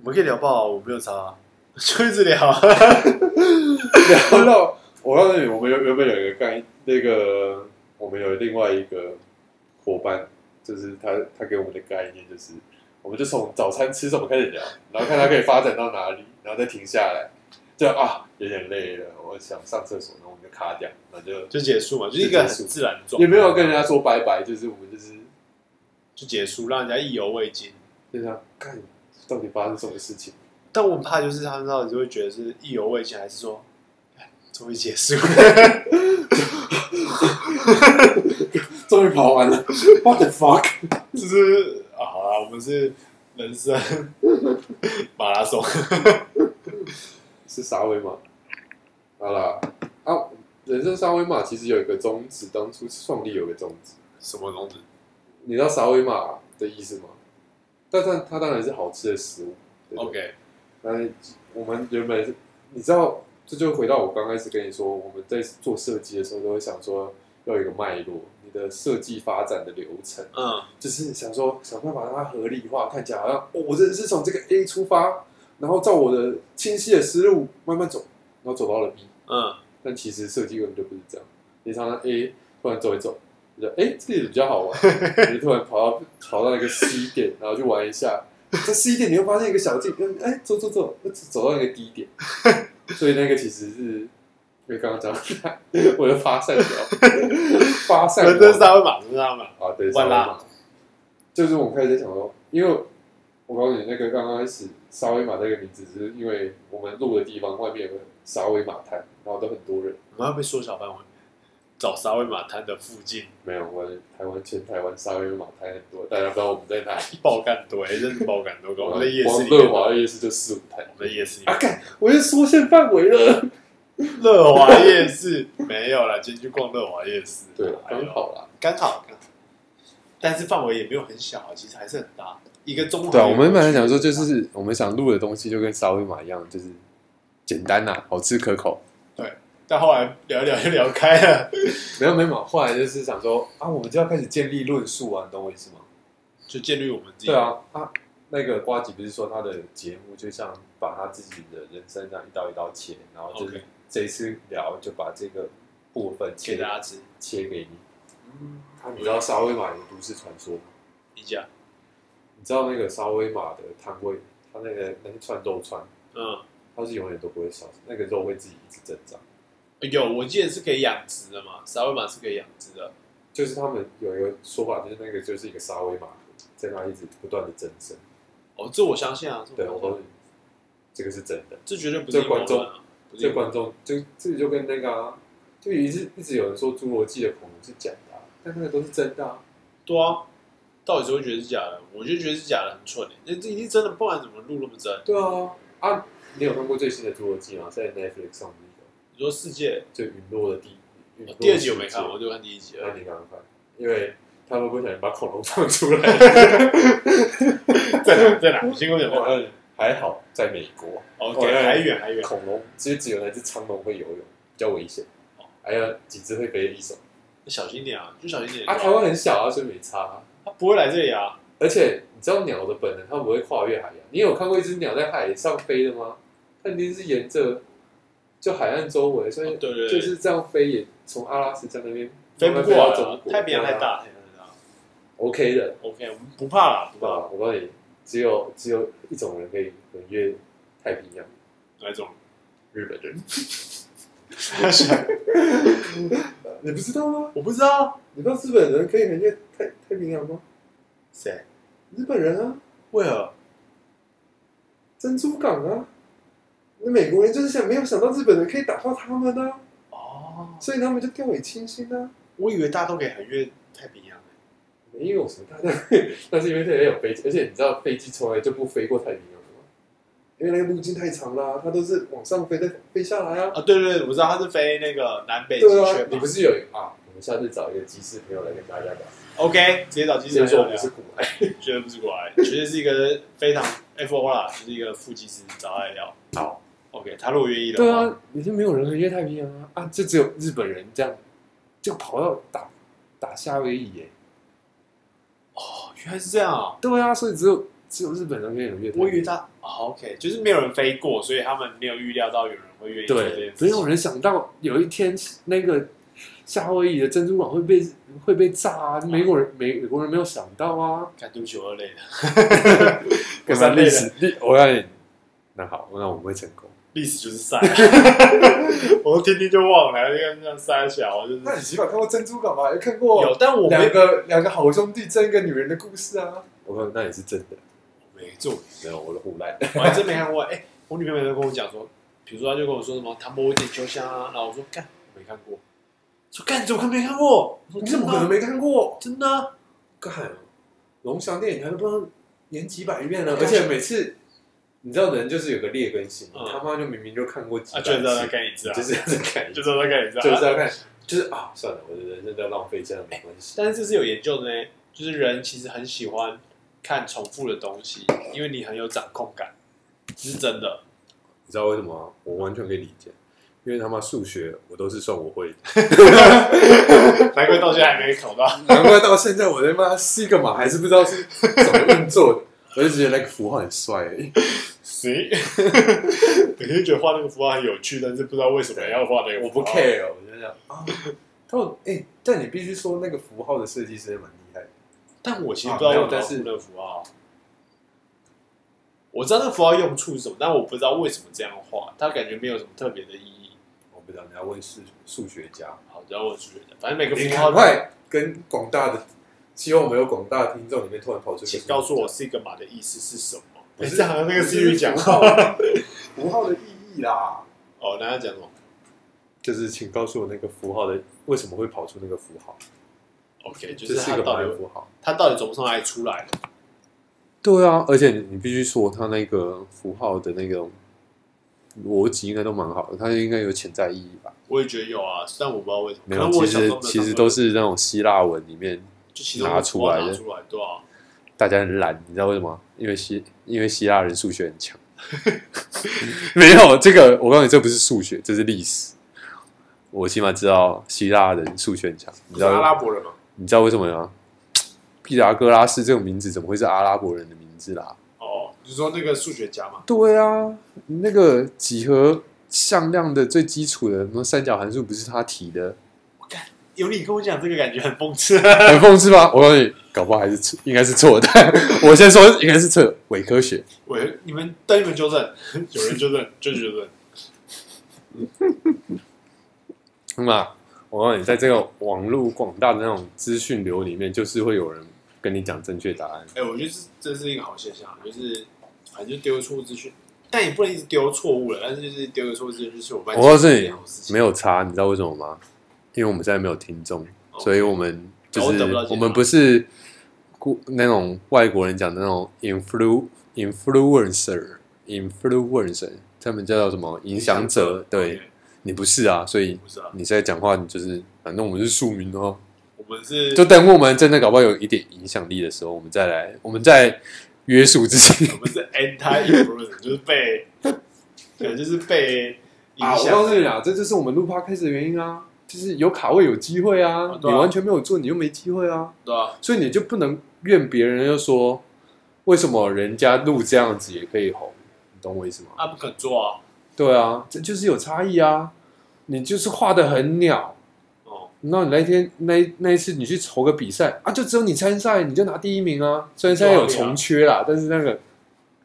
S3: 我们可以聊爆啊，我没有差啊， 就一直聊啊。
S4: 聊到，我告诉你，我们原原本有一个概，那个我们有另外一个伙伴，就是他他给我们的概念就是，我们就从早餐吃什么开始聊，然后看他可以发展到哪里，然后再停下来，就啊有点累了，我想上厕所，然后我们就卡掉，然后就
S3: 就结束嘛，就是一个很
S4: 就结束
S3: 自然的状态，啊
S4: 也没有跟人家说拜拜，就是我们就是
S3: 就结束，让人家意犹未尽。
S4: 就想看到底发生什么事情，
S3: 但我很怕就是他们到底就会觉得是意犹未尽，还是说哎终于结束？
S4: 终于跑完了 ，what the fuck？
S3: 就是啊，好啦，我们是人 生马拉松，
S4: 是沙威玛。好啦，啊，人生沙威玛其实有一个宗旨，当初创立有一个宗旨，
S3: 什么东西？
S4: 你知道沙威玛的意思吗？但但它当然是好吃的食物。对不对
S3: OK，
S4: 那我们原本是，你知道，这就回到我刚开始跟你说，我们在做设计的时候都会想说要有一个脉络，你的设计发展的流程。
S3: 嗯，
S4: 就是想说想办法让它合理化，看起来好像哦，我真的是从这个 A 出发，然后照我的清晰的思路慢慢走，然后走到了 B。
S3: 嗯，
S4: 但其实设计根本就不是这样，你常常 A 突然走一走，你就哎这里比较好玩，你就突然跑到跑到那个 C 点，然后去玩一下，在 C 点你会发现一个小径，嗯哎走走走，走到那个 D 点，所以那个其实是因为刚刚讲的，我的发散条，发散条
S3: 人生沙威玛，人生沙威玛，
S4: 啊，对，
S3: 万
S4: 沙威
S3: 拉
S4: 玛，就是我们开始在想说，因为我告诉你，那个刚刚开始沙威玛这个名字，是因为我们录的地方外面有个沙威玛摊，然后都很多人，
S3: 我们要被缩小范围，找沙威玛摊的附近
S4: 没有，我们台湾全台湾沙威玛摊很多，大家不知道我们在哪 里。
S3: 爆干多，哎真是爆干多，我们在夜市
S4: 光
S3: 里
S4: 乐
S3: 面，
S4: 华
S3: 我
S4: 的夜市就四五摊，
S3: 们在夜市里
S4: 啊
S3: 面，
S4: 干，我就缩限范围了。
S3: 乐华夜市没有啦，今天去逛乐华夜市，
S4: 对，
S3: 哎呦
S4: 刚好啦，
S3: 刚好，刚好，但是范围也没有很小啊，其实还是很大，一个中和
S1: 对啊，我们本来想说，就是我们想录的东西就跟沙威玛一样，就是简单呐、好吃可口。
S3: 但后来聊一聊就聊开了，
S4: 没有没有，后来就是想说啊，我们就要开始建立论述啊，你懂我意思吗？
S3: 就建立我们自己。
S4: 对，啊，他那个瓜吉不是说他的节目就像把他自己的人生这样一刀一刀切，然后就是
S3: OK
S4: 这一次聊就把这个部分
S3: 给
S4: 切
S3: 大家吃，
S4: 切给你。
S3: 嗯，
S4: 他你知道沙威玛有都市传说吗？
S3: 你讲，
S4: 你知道那个沙威玛的摊位，他那个那一串肉串，
S3: 嗯，
S4: 它是永远都不会消失，那个肉会自己一直增长。
S3: 有，我记得是可以养殖的嘛，沙威玛是可以养殖的，
S4: 就是他们有一个说法，就是那个就是一个沙威玛河，在那一直不断的增生。
S3: 哦，这我相信啊，
S4: 对，
S3: 这
S4: 我
S3: 我
S4: 告
S3: 相
S4: 诉
S3: 信
S4: 你，这个是真的。
S3: 这绝对不是
S4: 这观众
S3: 阴谋论啊，不是
S4: 这
S3: 阴谋论
S4: 观众就这就跟那个、啊，就一直一直有人说《侏罗纪》的恐龙是假的、啊，但那个都是真的、啊。
S3: 对啊，到底谁会觉得是假的？我就觉得是假的，很蠢欸那这一定真的，不然怎么录那么真？
S4: 对啊，啊，你有看过最新的《侏罗纪》吗？在 Netflix 上面有，
S3: 你说世界，
S4: 就陨落的地，陨
S3: 我
S4: 落
S3: 第二集我没
S4: 世界
S3: 看，我就看第一集而
S4: 那
S3: 已。
S4: 你赶快，因为他会不会想把恐龙放出 来？
S3: 在哪在哪？你先跟我讲
S4: 我还有还好，在美国，
S3: OK，还远还远。
S4: 恐龙其实只有那只长龙会游泳，比较危险。还有几只会飞的翼手
S3: 小心点啊，就小心点。
S4: 啊，台湾很小啊，所以没差啊、
S3: 他不会来这里啊。
S4: 而且你知道鸟的本能，它不会跨越海洋。你有看过一只鸟在海上飞的吗？它一定是沿着就海岸周围，所
S3: 对
S4: 以
S3: 哦对
S4: 就
S3: 对，
S4: 是这样飞，也从阿拉斯加那边
S3: 飞不
S4: 慢慢
S3: 过
S4: 到
S3: 来
S4: 中
S3: 了，
S4: 国，
S3: 太平洋太
S4: 对啊
S3: 大，太平洋太大。
S4: ，OK 的。
S3: OK，我们不怕啦，不怕啦。
S4: 啊，我告诉你，只有只有一种人可以横越太平洋，
S3: 哪一种？
S4: 日本人。你不知道吗？
S3: 我不知道。
S4: 你不知道日本人可以横越太太平洋吗？
S3: 谁？
S4: 日本人啊，
S3: 为何？
S4: 珍珠港啊，那美国人就是想没有想到日本人可以打到他们啊，
S3: 哦，
S4: 所以他们就掉以轻心啊。
S3: 我以为大家都可以横越太平洋。
S4: 没有什么大的， 但是因为这也有飞机，而且你知道飞机从来就不飞过太平洋的吗？因为那个路径太长啦、它都是往上飞，再飞下来啊。
S3: 啊，对对对，我知道他是飞那个南北极
S4: 对啊
S3: 圈，
S4: 你
S3: 嘛
S4: 不。是有啊？我们下次找一个机师朋友来跟大家聊，
S3: OK，直接找机
S4: 直
S3: 师
S4: 接
S3: 来
S4: 说我
S3: 聊
S4: 们
S3: 聊
S4: 是。古来，
S3: 绝对不是过 来，绝对是一个非常 F.O. 啦，就是一个副技师找他来聊。
S4: 好
S3: ，OK，他如果愿意的
S4: 对
S3: 话，
S4: 啊，已经没有人横越太平洋啊，啊，就只有日本人这样，就跑到打打夏威夷耶。
S3: 哦，原来是这样啊！
S4: 对啊，所以只有只有日本人可以横越太平洋。
S3: 我以为他哦，OK，就是没有人飞过，所以他们没有预料到有人会愿意做这件，
S4: 对
S3: 事
S4: 没
S3: 情。
S4: 有人想到有一天那个夏威夷的珍珠港会被会被炸啊！美国人美美国人没有想到啊！
S3: 看，对不起，我又累了。
S1: 我
S3: 三
S1: 们
S3: 类
S1: 历
S3: 的
S1: 史历，我告诉你，那好，那我们会成功。
S3: 历史就是 赛，我都天天就忘了，就跟这样赛小，就是
S4: 那你起码看过珍珠港吧？有看
S3: 有
S4: 过，
S3: 但我
S4: 两
S3: 没
S4: 个两个好兄弟争一个女人的故事啊？
S1: 我告诉你，那也是真的，
S3: 没做，
S1: 没有我的胡来。
S3: 我还真没看过。哎，我女朋友都跟我讲说，比如说她就跟我说什么《唐伯虎点秋香》啊，然后我说干，我没看过。说干，怎么可能没看过？我说
S4: 你怎么
S3: 真的
S4: 可能没看过？
S3: 真的啊、
S4: 看龙翔电影，他都不知道演几百遍了，
S3: 对
S4: 而
S3: 啊
S4: 且每次你知道人就是有个劣根性，
S3: 嗯
S4: 他妈就明明就看过几
S3: 啊，
S4: 百
S3: 就知道在
S4: 次，
S3: 干一次啊，
S4: 就是要再看一次，
S3: 就知道在干一次啊。
S4: 就是要看，就是啊，算了，我的人生都要浪费这样没关系。
S3: 但是这是有研究的呢，就是人其实很喜欢看重复的东西，因为你很有掌控感，这是真的。
S1: 你知道为什么吗？我完全可以理解，因为他妈数学我都是算我会的，
S3: 难怪到现在还没考到。
S1: 难怪到现在我他妈西格玛还是不知道是怎么运作的，我就觉得那个符号很帅而已。
S3: 谁？每天觉得画那个符号很有趣，但是不知道为什么要画那个
S4: 我不 care，我就这样啊。他们哎、但你必须说那个符号的设计师也蛮厉害的。
S3: 但我其实不知道
S4: 啊没有
S3: 用
S4: 但是
S3: 那个符号。我知道那个符号用处是什么，但我不知道为什么这样画，它感觉没有什么特别的意义。
S1: 我不知道你要问数数学家，
S3: 好，只要我数学的，反正每个
S4: 你
S3: 符
S4: 赶
S3: 号
S4: 快跟广大的，希望我们有广大的听众里面突然跑出一
S3: 请
S4: 个，
S3: 告诉我 sigma 的意思是什么？哎
S4: 不是
S3: 这好像那个 Siri 讲
S4: 符号
S1: 啊
S4: 符号的意 义啦。
S3: 哦，那他讲什么
S1: 就是请告诉我那个符号的为什么会跑出那个符号，
S3: ？OK，就
S1: 这
S3: 是
S1: 是
S3: 他
S1: 一个
S3: 到
S1: 白
S3: 底
S1: 符号。
S3: 他到底从上来出来的？
S1: 对啊，而且你必须说他那个符号的那个逻辑应该都蛮好的，它应该有潜在意义吧？
S3: 我也觉得有啊，但我不知道为什么。
S1: 没
S3: 可
S1: 有，
S3: 能我
S1: 其
S3: 想
S1: 实
S3: 象不到
S1: 其实都是那种希腊文里面
S3: 就其中
S1: 拿出来的
S3: 拿出来，对啊。
S1: 大家很懒，你知道为什么吗？因为希因为希腊人数学很 强。没有这个，我告诉你，这不是数学，这是历史。我起码知道希腊人数学很强，你
S3: 不
S1: 知
S3: 是阿
S1: 道
S3: 拉伯人嘛？
S1: 你知道为什么吗？毕达哥拉斯这种名字怎么会是阿拉伯人的名字啦？
S3: 哦，你说那个数学家嘛？
S1: 对啊，那个几何向量的最基础的什么三角函数不是他提的，
S3: 有你跟我讲这个感觉很讽刺。
S1: 很讽刺吧？我告诉你，搞不好还是错，应该是错的。 我先说应该是错，伪科学。
S3: 喂，你们等你们纠正，有人纠正，就纠正。
S1: 那么我告诉你，在这个网络广大的那种资讯流里面，就是会有人跟你讲正确答案。
S3: 哎，我觉得这这是一个好现象，啊就是反正就丢错误资讯，但也不能一直丢错误了。但是就是丢个错误资讯，就是我班
S1: 我告诉你
S3: 好事情
S1: 没有差，你知道为什么吗？因为我们现在没有听众，
S3: 哦
S1: 所以我们就是
S3: 哦我得不到解答
S1: 我们不是故那种外国人讲的那种 influ influencer influencer，他们叫什么影响者？对哦
S3: OK，
S1: 你不是啊，所以
S3: 哎不是啊。
S1: 你现在讲话，你就是反正我们是庶民哦，
S3: 我们是
S4: 就等我们真的搞不好有一点影响力的时候，我们再来，我们再约束自己。
S3: 我们是 anti influence，就是被，可能就是被
S6: 啊，
S3: 影
S6: 我告
S3: 响
S6: 诉。你啊，这就是我们录 podcast 的原因啊，就是有卡位有机会啊，
S1: 哦
S3: 对啊
S6: 你完全没有做，你就没机会啊，
S3: 对啊，
S4: 所以你就不能怨别人，就说为什么人家录这样子也可以红，你懂我意思吗？
S3: 他不肯做啊。
S4: 对啊，这就是有差异啊。你就是画的很鸟，
S3: 哦，
S4: 那你那一天那一那一次你去筹个比赛啊，就只有你参赛，你就拿第一名啊。虽然现在有啊重缺啦，但是那个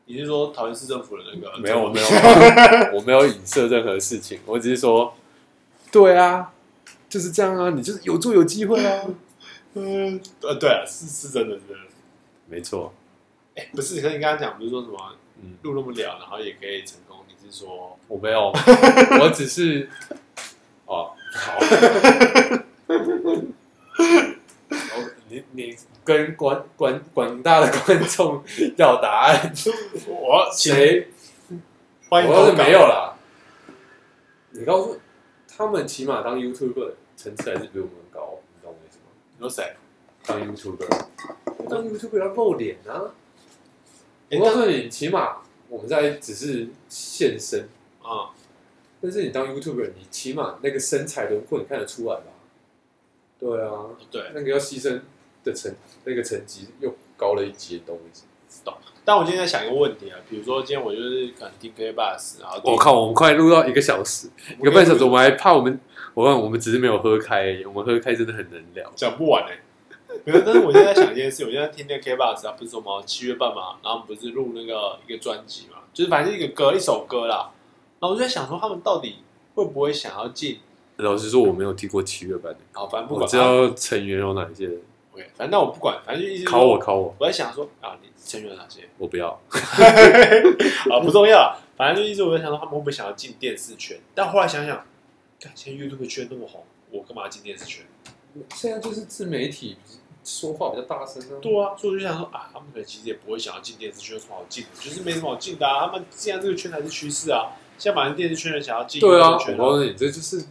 S3: 你是说桃园市政府的那个？
S4: 没有，我没 有，我没有影射任何事情，我只是说，对啊，就是这样啊，你就是有做有机会啊，
S3: 嗯，呃，对啊，是是真的，是真的。
S4: 没错，
S3: 哎，不是，可是你刚刚讲不是说什么
S4: 嗯，
S3: 录那么了，然后也可以成功？你是说
S4: 我没 有，我只是，哦，好，哦你你跟广广广大的观众要答 案，
S3: 我
S4: 谁？
S3: 欢迎
S4: 我要是
S3: 投稿
S4: 没有啦，你告诉他们，起码当 YouTuber 的层次还是比我们高，你懂我意思吗？
S3: 你说谁？
S4: 当 YouTuber，当 YouTuber 要露脸啊！
S3: 哎
S4: 我告诉你，起码我们在只是现身，啊
S3: 嗯，
S4: 但是你当 YouTuber，你起码那个身材轮廓你看得出来吧？对啊，
S3: 对。
S4: 那个要牺牲的成那个成绩又高了一级，你懂我意思？
S3: 但我今天在想一个问题啊，比如说今天我就是可能听 K bus，然后听
S4: 我，靠，我们快录到一个小时，一个半小时，我们还怕我们，我看我们只是没有喝开而已，我们喝开真的很能聊。
S3: 讲不完哎、没有，但是我现在在想一件事，我现在听那个 K Box 啊，不是说嘛七月半嘛，然后我们不是录那个一个专辑嘛，就是反正一个歌一首歌啦。然后我就在想说，他们到底会不会想要进？
S4: 老实说，我没有听过七月班的，
S3: 好，反正不
S4: 我
S3: 管
S4: 知道成员有哪些，
S3: OK，反正那我不管，反正就意思是
S4: 考我。考我，
S3: 我在想说啊，你成员有哪些
S4: 我不要。
S3: 啊？不重要啦，反正就意思我在想说，他们会不会想要进电视圈？但后来想想，看现在 YouTube 圈那么红，我干嘛进电视圈？
S4: 现在就是自媒体说话比较大声啊。
S3: 对啊，所以我就想说啊，他们可能其实也不会想要进电视圈，有什么好进的？就是没什么好进的啊。他们既然这个圈才是趋势啊，现在反正电视圈人想要进，
S4: 对啊，
S3: 圈哦
S4: 我告诉你，这就是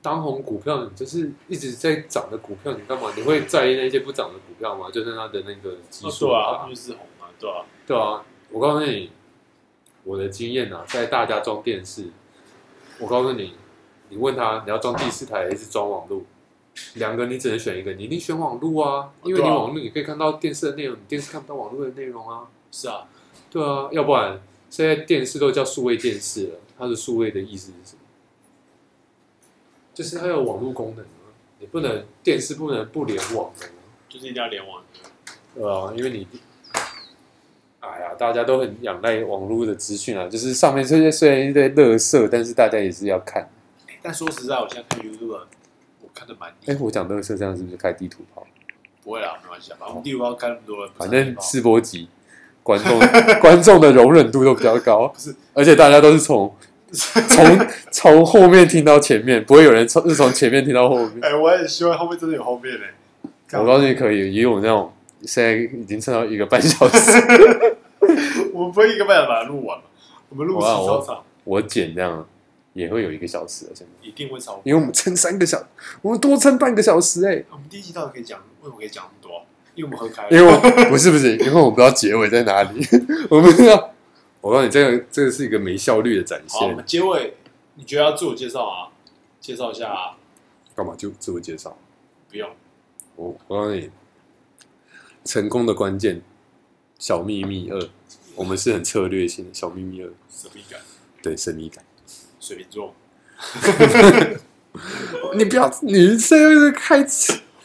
S4: 当红股票，你就是一直在涨的股票，你干嘛？你会在意那些不涨的股票吗？就是它的那个基
S3: 哦
S4: 数
S3: 对啊，他们就是红啊，对啊，
S4: 对啊，我告诉你，我的经验啊，在大家装电视，我告诉你，你问他你要装第四台还是装网路，两个你只能选一个，你一定选网路啊，因为你
S3: 对啊
S4: 网路你可以看到电视的内容，你电视看不到网路的内容啊。
S3: 是啊，
S4: 对啊，要不然现在电视都叫数位电视了，它的数位的意思是什么？就是它有网络功能啊，你不能电视不能不联网的啊，
S3: 就是一定要联网。
S4: 对啊，因为你，哎呀，大家都很仰赖网络的资讯啊，就是上面这些虽然一堆垃圾，但是大家也是要看。
S3: 但说实在，我现在看 YouTube，我看的蛮腻
S4: 哎、我讲垃圾这样是不是开地图炮？
S3: 不会啦，没关系啊，反正我们第五要看那么多人，不
S4: 反
S3: 是
S4: 正
S3: 很好
S4: 直播 集观众观众的容忍度都比较高，而且大家都是 从从从后面听到前面，不会有人从是从前面听到后 面。
S3: 哎，我也希望后面真的有后面嘞。
S4: 我告诉你可以，以我那种现在已经撑到一个半小 时，
S3: 我们不会一个半小时把它录完嘛？我们录
S4: 我
S3: 四
S4: 啊我
S3: 超长，
S4: 我剪这样也会有一个小时了。现在，
S3: 一定会超过。
S4: 因为我们撑三个小，我们多撑半个小时哎、
S3: 我们第一集到底可以讲，为什么可以讲那么多啊？因为我们喝开了。
S4: 因为我不是不是，因为我不知道结尾在哪里， 我不知道。我告诉你，这个这个是一个没效率的展
S3: 好，我
S4: 现
S3: 们。结尾，你觉得要自我介绍啊？介绍一下、啊，
S4: 干嘛就自我介绍？
S3: 不用。
S4: 我我告诉你，成功的关键小秘密二，我们是很策略性的小秘密二，
S3: 神秘感，
S4: 对神秘感。
S3: 水瓶座。
S4: 你不要，你这又是开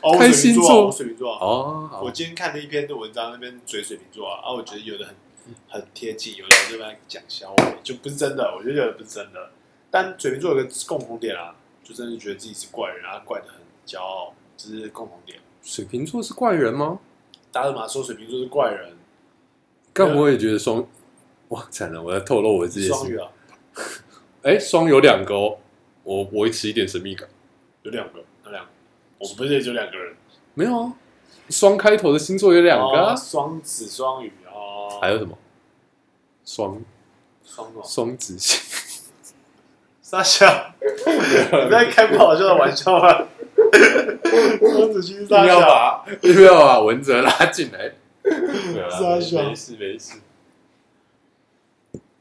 S3: 哦，我
S4: 看
S3: 水瓶
S4: 星
S3: 座啊，
S4: 座
S3: 我水瓶座啊。
S4: 哦，好
S3: 我今天看了一篇的文章，那边嘴水瓶座啊，啊，我觉得有的很很贴近，有的就在讲小我，就不是真的，我觉得有的不是真的。但水瓶座有个共同点啊，就真的觉得自己是怪人啊，怪的很骄傲，这、是共同点。
S4: 水瓶座是怪人吗？
S3: 大家都嘛说水瓶座是怪人，
S4: 但我也觉得双，哇，惨了，我在透露我自己的
S3: 双鱼
S4: 事。
S3: 啊，
S4: 哎，双有两个哦，我维持一点神秘感。
S3: 有两个，有两个，我们不是也就两个人，
S4: 没有啊，双开头的星座有两个、啊
S3: 哦双子、双鱼哦，
S4: 还有什么？双
S3: 双什么
S4: 双子星，
S3: 傻笑，你在开不好笑的玩笑吗？我只去
S4: 一定
S3: 撒
S4: 要
S3: 小，
S4: 把一定要把啊文哲拉进来。没有啦
S3: 傻笑
S4: 没事没事。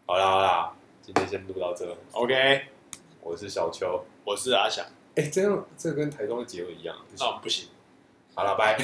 S4: 好啦好啦，今天先录到这。
S3: OK，
S4: 我是小邱。
S3: 我是阿翔。
S4: 哎、这样哦这跟台中的结尾一样。不行
S3: 哦，不行。
S4: 好了，拜。